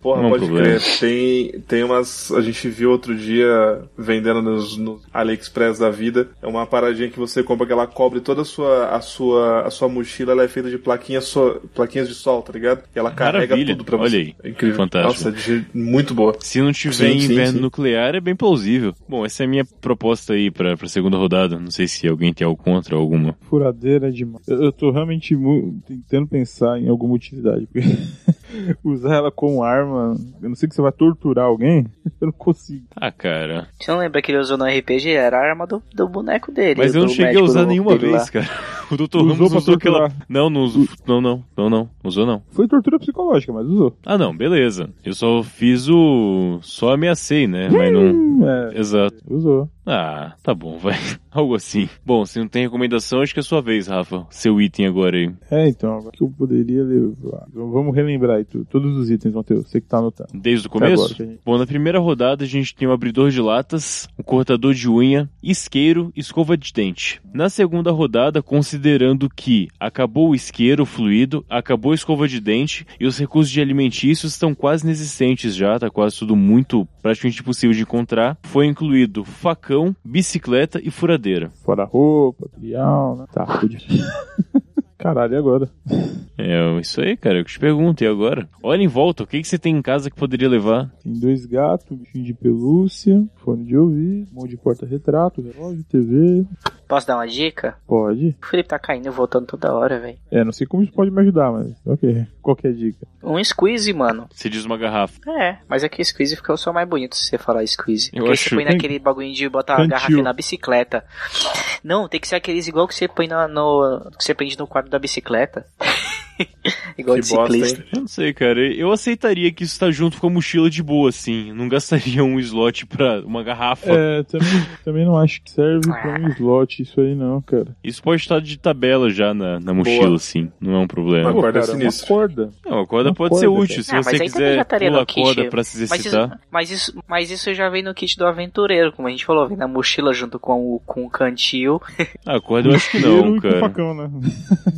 S5: Porra,
S3: Não é um
S5: pode
S3: problema.
S5: crer. Tem, tem umas. A gente viu outro dia vendendo nos, no AliExpress da vida. É uma paradinha que você compra que ela cobre toda a sua, a sua, a sua mochila. Ela é feita de plaquinhas, so- plaquinhas de sol, tá ligado? E ela carrega
S3: Maravilha.
S5: tudo pra você.
S3: Olha aí.
S5: É incrível.
S3: Fantástico.
S5: Nossa, de- muito boa.
S3: Se não tiver
S5: Sim, sim,
S3: inverno
S5: sim.
S3: nuclear, é bem plausível. Bom, essa é a minha proposta aí pra, pra segunda rodada. Não sei se alguém tem algo contra ou alguma.
S2: Furadeira demais. Eu, eu tô realmente mu- tentando pensar em alguma utilidade. Porque usar ela como arma, eu não sei que você vai torturar alguém, eu não consigo.
S3: Ah, cara.
S1: Você não lembra que ele usou no RPG? Era a arma do, do boneco dele.
S3: Mas eu não
S1: do
S3: cheguei a
S1: médico
S3: usar
S1: do-
S3: nenhuma
S1: dele lá.
S3: vez, cara. O Dr.
S2: Usou
S3: Ramos
S2: pra
S3: usou aquela.
S2: torturar.
S3: Não, não usou. Não, não, não, não. Usou não.
S2: Foi tortura psicológica, mas usou.
S3: Ah, não, beleza. Eu só fiz o. Só ameacei, né? Mas não.
S2: Hum, É,
S3: Exato.
S2: usou.
S3: Ah, tá bom, vai. Algo assim. Bom, se não tem recomendação, acho que é sua vez, Rafa. Seu item agora aí.
S2: É, então, agora o que eu poderia levar? Então, Vamos relembrar aí tu- todos os itens, Matheus. Você que tá anotando.
S3: Desde o
S2: Até agora,
S3: começo?
S2: que a gente-
S3: Bom, na primeira rodada a gente tem um abridor de latas, um cortador de unha, isqueiro, escova de dente. Na segunda rodada, considerando que acabou o isqueiro, o fluido, acabou a escova de dente e os recursos de alimentícios estão quase inexistentes já, tá quase tudo muito praticamente impossível de encontrar, foi incluído facão, bicicleta e furadeira.
S2: Fora roupa, trial, né? Tá, pude. Caralho, e agora?
S3: É isso aí, cara, eu que te pergunto, e agora? Olha em volta, o que, que você tem em casa que poderia levar?
S2: Tem dois gatos, um bichinho de pelúcia, fone de ouvido, um monte de porta-retrato, relógio, TV.
S1: Posso dar uma dica?
S2: Pode?
S1: O Felipe tá caindo e voltando toda hora, velho.
S2: É, não sei como isso pode me ajudar, mas ok. Qualquer dica.
S1: Um squeeze, mano.
S3: Você diz uma garrafa.
S1: É, mas é que squeeze ficou só mais bonito se você falar squeeze.
S3: Eu
S1: Porque
S3: acho-
S1: você põe naquele bagulho de botar a
S2: Cantil.
S1: garrafa na bicicleta. Não, tem que ser aqueles igual que você põe na, no. que você prende no quadro da bicicleta. igual
S5: Que
S1: de
S5: bosta,
S1: ciclista.
S5: hein?
S3: Eu não sei, cara. Eu aceitaria que isso tá junto com a mochila de boa, assim. Não gastaria um slot pra uma garrafa.
S2: É, também, também não acho que serve pra um slot isso aí não, cara.
S3: Isso pode estar de tabela já na, na mochila,
S5: Boa.
S3: assim. Não é um problema.
S5: Uma Boa. corda
S2: cara,
S5: sinistra.
S2: Uma corda.
S3: Não, a corda
S2: Uma
S3: pode
S2: corda,
S3: ser
S2: cara.
S3: útil. Se
S1: Ah, mas
S3: você
S1: aí também
S3: quiser
S1: já estaria
S3: pula a
S1: no kit.
S3: corda pra se
S1: Mas isso,
S3: exercitar.
S1: mas, isso, mas isso já vem no kit do aventureiro, como a gente falou, vem na mochila junto com o, com o cantil.
S3: Ah, a corda eu acho que
S2: Tiro
S3: não,
S2: e com
S3: cara.
S2: facão, né?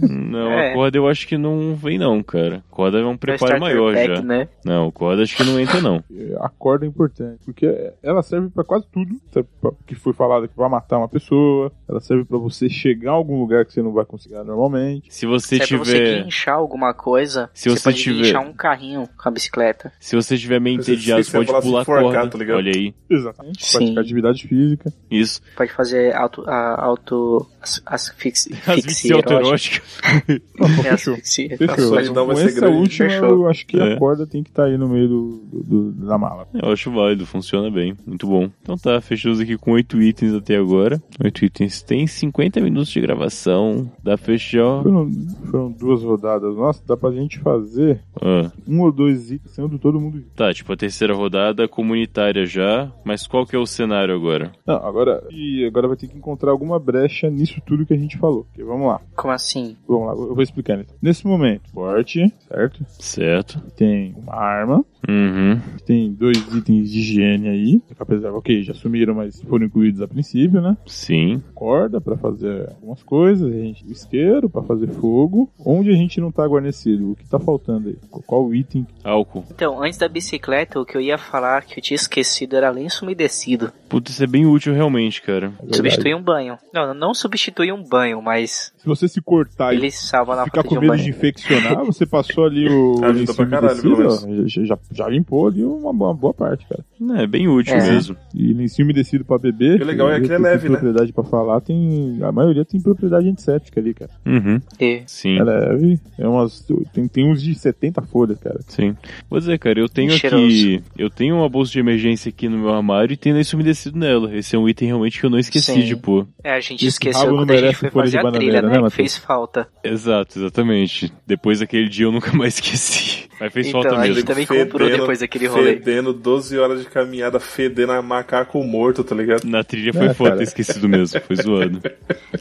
S3: Não, a
S1: É.
S3: corda eu acho que não vem, não, cara. A corda é um
S1: do
S3: preparo
S1: starter
S3: maior
S1: pack,
S3: já.
S1: Né?
S3: Não, a corda acho que não entra, não.
S2: A corda é importante, porque ela serve pra quase tudo sabe? Pra- que foi falado que vai matar uma pessoa, ela serve pra você chegar a algum lugar que você não vai conseguir normalmente.
S3: Se você
S1: Se é pra você
S3: tiver.
S1: guinchar alguma coisa,
S3: Se você
S1: você pode
S3: tiver-
S1: guinchar um carrinho com a bicicleta.
S3: Se você tiver meio
S5: Se você
S3: entediado, você
S5: quiser
S3: pode
S5: falar se
S3: pular a
S5: enforcar,
S3: corda.
S5: tá ligado?
S3: Olha aí.
S2: Exatamente.
S1: Sim.
S2: Praticar atividade física.
S3: Isso.
S1: Pode fazer auto. A, auto as, asfixi,
S3: Asfixia autoerótica.
S1: É,
S2: Fechou.
S1: asfixia.
S2: Fechou.
S1: Faz um-
S5: solidão Tá vai
S2: Com
S5: ser
S2: essa
S5: grande.
S2: última,
S1: Fechou.
S2: eu acho que
S3: É.
S2: a corda tem que estar aí no meio do, do- do- da mala.
S3: Eu acho válido, funciona bem, muito bom. Então tá, fechamos aqui com oito itens até agora. Oito itens tem 50 minutos de gravação. Dá fechar.
S2: Foram, foram duas rodadas. Nossa, dá pra gente fazer
S3: Ah,
S2: um ou dois itens sendo todo mundo.
S3: tá, tipo a terceira rodada comunitária já. Mas qual que é o cenário agora?
S2: Não, agora, e agora vai ter que encontrar alguma brecha nisso tudo que a gente falou. Porque vamos lá.
S1: Como assim?
S2: Vamos lá, eu vou explicar. Então. Nesse momento, porte, certo?
S3: Certo.
S2: Tem uma arma,
S3: Uhum.
S2: tem dois itens de higiene aí. Apesar, ok, já sumiram, mas foram incluídos a princípio, né?
S3: Sim.
S2: corda pra fazer algumas coisas, a gente o isqueiro pra fazer fogo. Onde a gente não tá guarnecido? O que tá faltando aí? Qual o item?
S3: Álcool.
S1: Então, antes da bicicleta, o que eu ia falar que eu tinha esquecido era lenço umedecido.
S3: Puta, isso é bem útil realmente, cara.
S2: É verdade.
S1: Substituir um banho. Não, não substituir um banho, mas
S2: Se você se cortar e
S1: ele salva na
S2: ficar
S1: falta de
S2: com
S1: um
S2: medo
S1: banho.
S2: de infeccionar, você passou ali o
S5: Ajuda
S2: lenço
S5: pra caralho,
S2: umedecido,
S5: pelo
S2: ó, já, já, já limpou ali uma, boa- uma boa parte, cara.
S3: É, bem útil
S1: É.
S3: mesmo.
S2: E lencinho umedecido pra beber.
S5: E o legal é
S2: eu
S5: que ele é
S2: tenho
S5: leve, né?
S2: propriedade pra falar, tem. A maioria tem propriedade antisséptica ali, cara.
S3: Uhum.
S1: É.
S3: Sim.
S2: É leve. É umas, tem, tem uns de 70 folhas, cara.
S3: Sim. Vou dizer, cara, eu tenho aqui.
S1: Cheiroso.
S3: Eu tenho uma bolsa de emergência aqui no meu armário e tenho lenço umedecido nela. Esse é um item realmente que eu não esqueci
S1: Sim.
S3: de pôr.
S1: É, a gente
S2: Esse
S1: esqueceu
S2: rabo
S1: quando
S2: não
S1: a gente
S2: merece
S1: foi
S2: folha de
S1: fazer a
S2: bananeira,
S1: trilha,
S2: né,
S1: né? que
S2: Matheus?
S1: fez falta.
S3: Exato, exatamente. Depois daquele dia eu nunca mais esqueci. Mas fez
S1: Então,
S3: falta
S1: a gente
S3: mesmo.
S1: também comprou depois daquele rolê.
S5: Fedendo 12 horas de caminhada fedendo a macaco morto, tá ligado?
S3: Na trilha foi
S2: Ah,
S3: foda,
S2: cara.
S3: ter esquecido mesmo, foi zoando.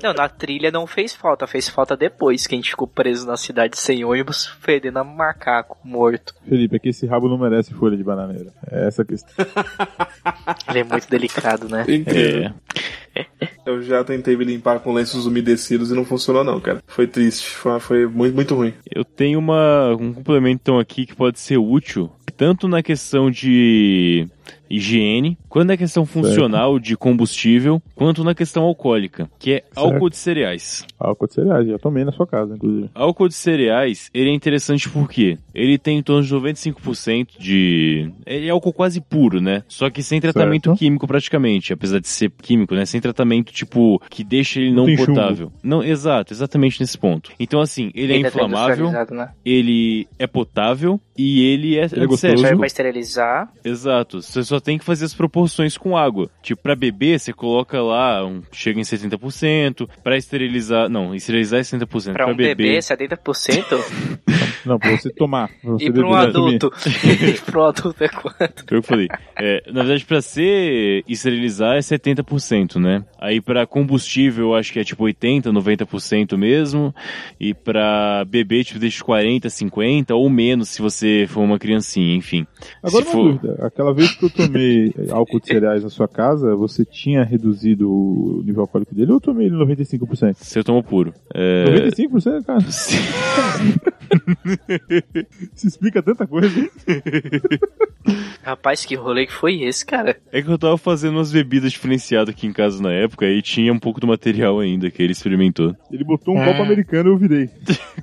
S1: Não, na trilha não fez falta, fez falta depois que a gente ficou preso na cidade sem ônibus, fedendo a macaco morto.
S2: Felipe, é que esse rabo não merece folha de bananeira. É essa a questão.
S1: Ele é muito delicado, né?
S5: Incrível.
S3: É.
S5: Eu já tentei me limpar com lenços umedecidos e não funcionou não, cara. Foi triste, foi, foi muito, muito ruim.
S3: Eu tenho uma, um complemento então, aqui que pode ser útil, tanto na questão de higiene, quanto na questão funcional de combustível, quanto na questão alcoólica, que é álcool de cereais.
S2: Álcool de cereais, já tomei na sua casa, inclusive.
S3: Álcool de cereais, ele é interessante porque ele tem em torno de 95% de... Ele é álcool quase puro, né? Só que sem tratamento
S2: Certo.
S3: químico praticamente, apesar de ser químico, né? Sem tratamento, tipo, que deixa ele não,
S2: tem chumbo.
S3: potável. Não, exato, exatamente nesse ponto. Então, assim, ele é
S1: Ainda tá
S3: inflamável,
S1: industrializado, Né?
S3: ele é potável e ele é,
S2: é gostoso.
S1: Serve
S3: antisséptico.
S1: pra esterilizar.
S2: É,
S3: Exato. Você só tem que fazer as proporções com água. Tipo, pra beber, você coloca lá, um- chega em 70%, pra esterilizar, não, esterilizar é 70%,
S1: Pra um
S3: beber.
S1: bebê, 70%.
S2: Não, pra você tomar. Pra você
S1: e pra um
S2: beber, né? não,
S1: adulto. e pra um adulto é quanto?
S3: Foi o que eu falei. É, na verdade, pra ser esterilizar é 70%, né? Aí pra combustível, eu acho que é tipo 80%, 90% mesmo. E pra beber, tipo, deixa 40%, 50% ou menos se você for uma criancinha, enfim.
S2: Agora
S3: Se
S2: uma
S3: for-
S2: dúvida. Aquela vez que eu tomei álcool de cereais na sua casa, você tinha reduzido o nível alcoólico dele ou eu tomei ele 95%?
S3: Se eu tomo puro.
S1: É.
S2: 95%, cara. Isso explica tanta coisa.
S1: Rapaz, que rolê que foi esse, cara?
S3: É que eu tava fazendo umas bebidas diferenciadas aqui em casa na época e tinha um pouco do material ainda que ele experimentou.
S2: Ele botou
S1: É.
S2: um copo americano e eu virei.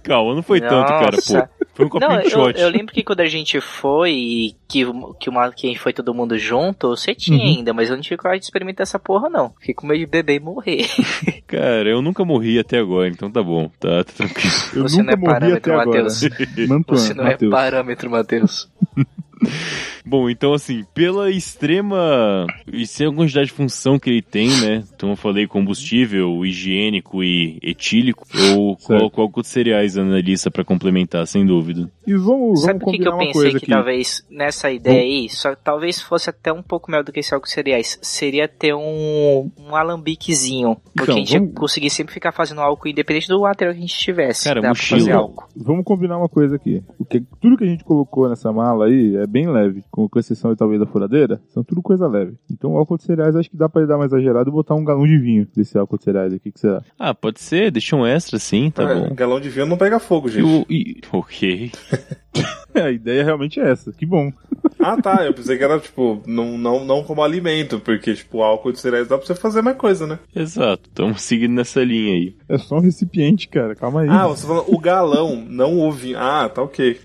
S3: Calma, não foi tanto, cara,
S1: Nossa.
S3: pô. Foi um copinho
S1: Não,
S3: de
S1: eu,
S3: shot.
S1: eu lembro que quando a gente foi e que, que uma, quem foi todo mundo junto, você tinha
S2: Uhum.
S1: ainda, mas eu não tive coragem de experimentar essa porra, não. Fiquei com medo de beber e morrer.
S3: Cara, eu nunca morri até agora, então tá bom. Tá, tá tranquilo.
S2: Eu
S1: Você não
S2: nunca
S1: é
S2: morri
S1: parâmetro,
S2: até agora.
S1: Matheus.
S2: Mantuan,
S1: Você não é
S2: Matheus.
S1: parâmetro, Matheus.
S3: Bom, então assim, pela extrema extrema quantidade de função que ele tem, né? Então eu falei combustível, higiênico e etílico, eu coloco álcool de cereais na lista pra complementar, sem dúvida.
S2: E vamos, vamos
S1: Sabe o que, que
S2: combinar
S1: eu
S2: uma
S1: pensei
S2: coisa
S1: que
S2: aqui.
S1: talvez nessa ideia aí, só talvez fosse até um pouco melhor do que esse álcool de cereais, seria ter um, um alambiquezinho, porque
S2: Então,
S1: a gente ia
S2: vamos-
S1: conseguir sempre ficar fazendo álcool independente do material que a gente tivesse.
S3: Cara,
S1: dá pra
S3: mochila.
S1: fazer álcool.
S2: Vamos combinar uma coisa aqui. O que- tudo que a gente colocou nessa mala aí é bem leve, com com exceção de, talvez da furadeira, são tudo coisa leve. Então o álcool de cereais acho que dá pra ele dar mais exagerado e botar um galão de vinho desse álcool de cereais aqui, que será?
S3: Ah, pode ser, deixa um extra sim, tá
S5: É,
S3: bom.
S5: Galão de vinho não pega fogo,
S3: E
S5: gente.
S3: o- e- Ok.
S2: É, a ideia realmente é essa. Que bom.
S5: Ah, tá. Eu pensei que era, tipo, não, não, não como alimento, porque, tipo, álcool de cereais dá pra você fazer mais coisa, né?
S3: Exato, estamos seguindo nessa linha aí.
S2: É só um recipiente, cara. Calma aí.
S5: Ah, você tá falando o galão, não o vinho. Ah, tá ok.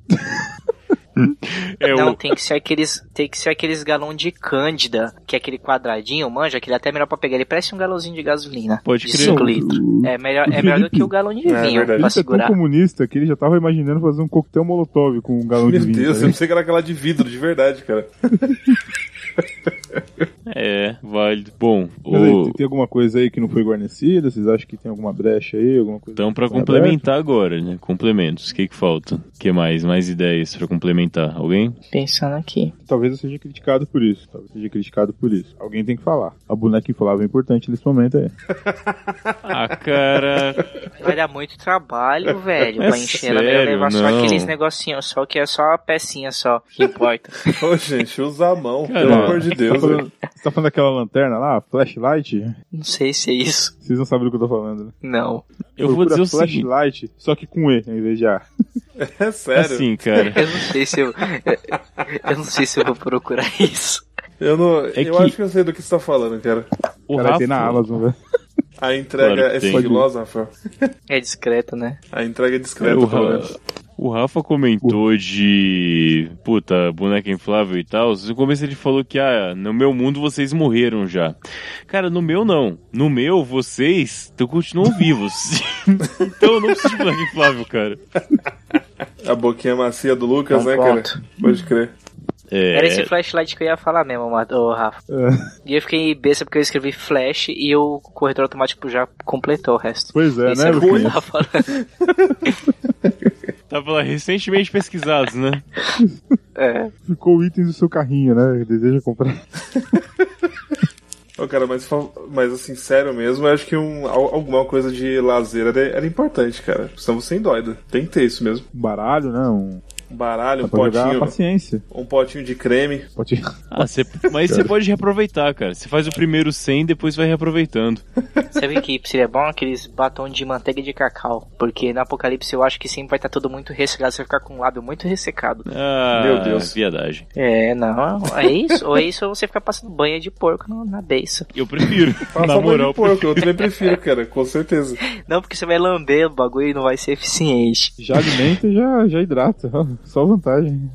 S3: É
S1: Não,
S3: o.
S1: tem que ser aqueles, tem que ser aqueles galão de cândida, que é aquele quadradinho, manja, aquele é até melhor pra pegar, ele parece um galãozinho de gasolina.
S3: Pode
S1: de
S3: crer.
S1: 5
S2: Não,
S1: litros.
S2: o-
S1: É melhor,
S2: o
S1: é melhor do
S2: Felipe-
S1: que o galão de
S5: É, é
S1: vinho
S5: verdade.
S1: pra
S2: Felipe é
S1: segurar.
S2: tão comunista que ele já tava imaginando fazer um coquetel molotov com um galão
S5: Meu
S2: de vinho.
S5: Deus,
S2: tá
S5: eu
S2: vendo?
S5: pensei que era aquela de vidro, de verdade, cara.
S3: É, válido. Bom,
S2: Mas
S3: o-
S2: aí, tem alguma coisa aí que não foi guarnecida? Vocês acham que tem alguma brecha aí? Alguma coisa
S3: então
S2: pra
S3: pra complementar agora, né? Complementos, o que que falta? O que mais? Mais ideias pra complementar? Alguém?
S1: Pensando aqui.
S2: Talvez eu seja criticado por isso. Talvez eu seja criticado por isso. Alguém tem que falar. A boneca infalável é importante nesse momento aí.
S3: Ah, cara.
S1: Vai dar muito trabalho, velho,
S3: É
S1: pra encher ela.
S3: sério,
S1: Melhor levar só
S3: não.
S1: aqueles negocinhos, só que é só a pecinha só, que importa.
S5: Ô, gente, usa a mão, pelo
S3: Cara.
S5: amor de
S2: Você tá,
S5: Deus. velho.
S2: falando, você tá falando daquela lanterna lá, a flashlight?
S1: Não sei se é isso.
S2: Vocês não sabem do que eu tô falando, né?
S1: Não.
S3: Eu vou
S2: Procura
S3: dizer o seguinte.
S2: flashlight, só que com E, ao invés de A.
S5: É sério.
S3: Assim, cara.
S1: Eu não sei se eu. Eu não sei se eu vou procurar isso.
S5: Eu, não,
S3: É
S5: eu
S3: que-
S5: acho que eu sei do que você tá falando, cara.
S3: O
S2: Cara, tem
S3: Rafa,
S2: na Amazon, né? velho.
S5: A entrega
S3: Claro que
S5: é
S3: tem.
S5: sigilosa, Rafael.
S1: É discreto, né?
S5: A entrega é discreta,
S3: o,
S5: pelo
S3: Ra-
S5: menos.
S3: o Rafa comentou de. Puta, boneca inflável e tal. No começo ele falou que, ah, no meu mundo vocês morreram já. Cara, no meu não. No meu, vocês tão- continuam vivos. então eu não preciso de boneca inflável, cara.
S5: A boquinha macia do Lucas,
S1: Bom
S5: né,
S1: ponto.
S5: cara? Pode crer.
S3: É.
S1: Era esse flashlight que eu ia falar mesmo, Mato- ô Rafa.
S2: É,
S1: E eu fiquei besta porque eu escrevi flash e o corretor automático já completou o resto.
S2: Pois é,
S1: Isso
S2: né,
S1: é o que eu
S2: Luquinha?
S1: tava falando.
S3: Tava lá recentemente pesquisados, né?
S1: É.
S2: Ficou o item do seu carrinho, né? Deseja comprar.
S5: Ô, cara, mas, fal- mas assim, sério mesmo, eu acho que um, al- alguma coisa de lazer era, era importante, cara. Estamos sem doida. Tem que ter isso mesmo.
S2: Um baralho, né? Um,
S5: Um
S2: dá
S5: baralho, um
S2: pra jogar a
S5: potinho,
S2: paciência.
S5: um potinho de creme.
S2: Pode...
S3: Ah, cê- mas você pode reaproveitar, cara. Você faz o primeiro 100 e depois vai reaproveitando.
S1: Sabe que seria bom aqueles batom de manteiga de cacau? Porque no apocalipse eu acho que sempre vai estar tudo muito ressecado, você vai ficar com o lábio muito ressecado.
S3: Ah,
S5: Meu Deus.
S3: Viadagem.
S1: É, não, é isso. ou é isso ou você fica passando banha de porco no- na beça.
S3: Eu prefiro.
S5: Passa
S3: na
S5: a mão
S3: moral,
S5: um de porco, eu também prefiro, cara, com certeza.
S1: Não, porque você vai lamber o bagulho e não vai ser eficiente.
S2: Já alimenta e já, já hidrata. ó, Só vantagem.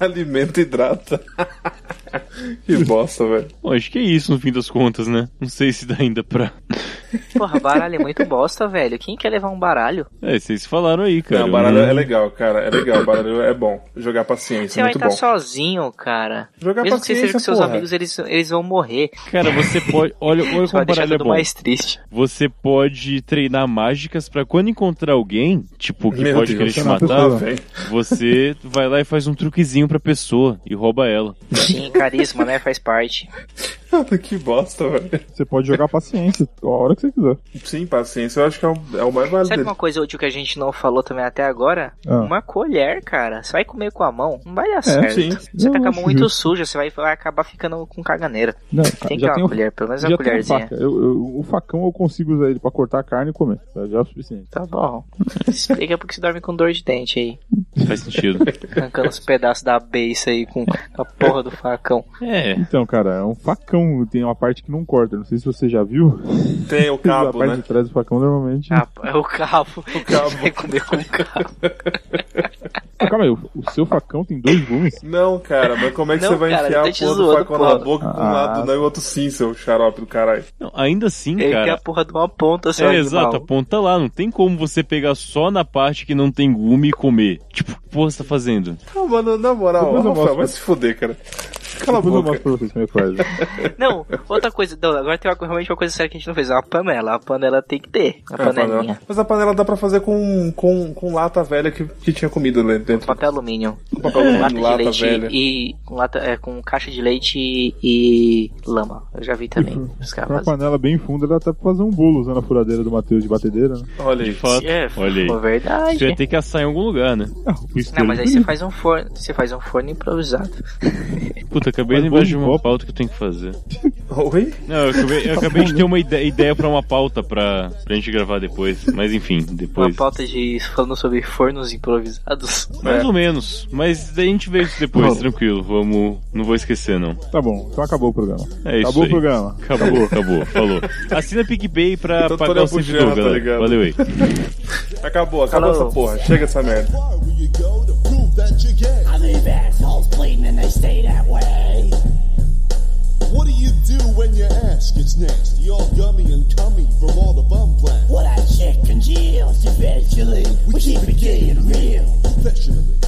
S5: Alimenta e hidrata. que bosta, velho.
S3: Bom, acho que é isso no fim das contas, né? Não sei se dá ainda pra.
S1: Porra, baralho é muito bosta, velho. Quem quer levar um baralho?
S3: É, vocês falaram aí, cara.
S5: Não, baralho
S3: Eu-
S5: é legal, cara. É legal, baralho é bom. Jogar paciência,
S1: Você
S5: é
S1: vai
S5: muito
S1: estar
S5: bom.
S1: sozinho, cara.
S5: Jogar
S1: Mesmo que você seja
S5: paciência,
S1: com seus
S5: porra.
S1: amigos, eles, eles vão morrer.
S3: Hum. Cara, você pode. Olha, olha
S1: Isso
S3: como
S1: vai deixar
S3: o baralho é
S1: tudo
S3: bom.
S1: mais triste.
S3: Você pode treinar mágicas pra quando encontrar alguém, tipo, que
S5: Meu
S3: pode
S5: Deus,
S3: querer te
S2: não é
S3: matar,
S5: Ah,
S2: possível.
S5: velho.
S3: você vai lá e faz um truquezinho pra pessoa e rouba ela.
S1: Sim, carisma, né? Faz parte.
S5: que bosta, velho.
S2: Você pode jogar a paciência a hora que você quiser.
S5: Sim, paciência, eu acho que é o, é o mais válido.
S1: Sabe
S5: dele.
S1: uma coisa útil que a gente não falou também até agora?
S2: Ah.
S1: Uma colher, cara. Você vai comer com a mão, não vai dar certo.
S5: sim.
S1: Você
S2: Eu
S1: tá com a
S2: acho
S1: mão muito
S2: justo.
S1: suja, você vai, vai acabar ficando com caganeira.
S2: Não,
S1: Tem que
S2: já
S1: ter
S2: tem
S1: uma
S2: o
S1: colher, pelo menos
S2: já
S1: uma
S2: tem o
S1: colherzinha.
S2: faca. Eu- eu- o facão eu consigo usar ele pra cortar a carne e comer. Tá? Já é o suficiente.
S1: Tá bom. Explica porque você dorme com dor de dente aí.
S3: Faz sentido.
S1: Arrancando os pedaços da beiça aí com a porra do facão.
S3: É.
S2: Então, cara, é um facão. Tem uma parte que não corta. Não sei se você já viu.
S5: Tem o
S2: a
S5: cabo,
S2: parte
S5: né?
S2: de trás do facão normalmente.
S1: Ah, é o cabo. O
S5: cabo.
S1: Vai comer com o cabo.
S2: Ah, calma aí, o, o seu facão tem dois gumes?
S5: Não, cara, mas como é que
S1: Não,
S5: você vai
S1: cara,
S5: enfiar
S1: eu
S5: a
S1: tô te
S5: porra do
S1: zoando,
S5: facão
S1: porra.
S5: na boca com um
S2: Ah.
S5: lado não e o outro sim, seu xarope do caralho?
S3: Não, ainda assim,
S1: Ele tem É a
S3: cara.
S1: porra de uma ponta, seu
S3: É,
S1: animal.
S3: exato, aponta lá. Não tem como você pegar só na parte que não tem gume e comer. Tipo, que porra você tá fazendo?
S5: Ah, mano, na moral,
S2: Depois eu
S5: Rafael,
S2: mostro.
S5: vai se fuder, cara. Cala a
S2: Depois eu
S5: boca.
S2: mostro pra vocês como é que faz.
S1: Não, outra coisa. Não, agora tem uma, realmente uma coisa séria que a gente não fez. É Uma panela. A panela tem que ter. A
S5: É, a panela.
S1: panelinha.
S5: Mas a panela dá pra fazer com, com, com lata velha que, que tinha comida lá dentro.
S1: Papel alumínio.
S5: Com papel alumínio,
S1: lata de
S5: lata
S1: leite
S5: velha.
S1: e. Com, lata, é, com caixa de leite e, e lama. Eu já vi também.
S5: Uhum.
S1: Os
S2: Com a
S1: caras fazem.
S2: panela bem funda, dá até pra fazer um bolo usando a furadeira do Matheus de batedeira, né?
S5: Olha
S3: De
S5: aí.
S3: fato.
S1: É,
S3: Olha
S1: pô,
S3: aí. Você
S1: verdade.
S3: ia ter que assar em algum lugar, né?
S2: Ah, o isqueiro
S1: Não, mas
S2: é
S1: aí você
S2: bonito.
S1: faz um forno. Você faz um forno improvisado.
S3: Puta, acabei
S2: Mas
S3: de lembrar
S2: bom
S3: de
S2: de
S3: uma
S2: copo.
S3: pauta que eu tenho que fazer.
S5: Oi?
S3: Não, eu acabei, eu acabei de ter uma ide- ideia pra uma pauta pra, pra gente gravar depois. Mas enfim,
S1: Uma
S3: depois.
S1: pauta é. de falando sobre fornos improvisados.
S3: Mais ou menos. Mas a gente vê isso depois,
S2: Vamos.
S3: tranquilo. Vamos. Não vou esquecer, não.
S2: Tá bom, então acabou o programa.
S3: É isso
S2: acabou
S3: aí.
S2: o programa.
S3: Acabou, acabou. Falou. Assina PicPay pra
S5: Eu tô
S3: pagar
S5: toda
S3: o servidor,
S5: bugiganga, tá
S3: galera.
S5: ligado?
S3: Valeu aí.
S5: Acabou, acabou
S1: Falou.
S5: essa porra. Chega essa merda.
S6: I leave assholes bleeding and they stay that way.
S7: What do you do when you ask? It's nasty, all gummy and cummy from all the bum blast.
S6: What I shit congeals eventually. We keep it gay and real.
S7: Professionally.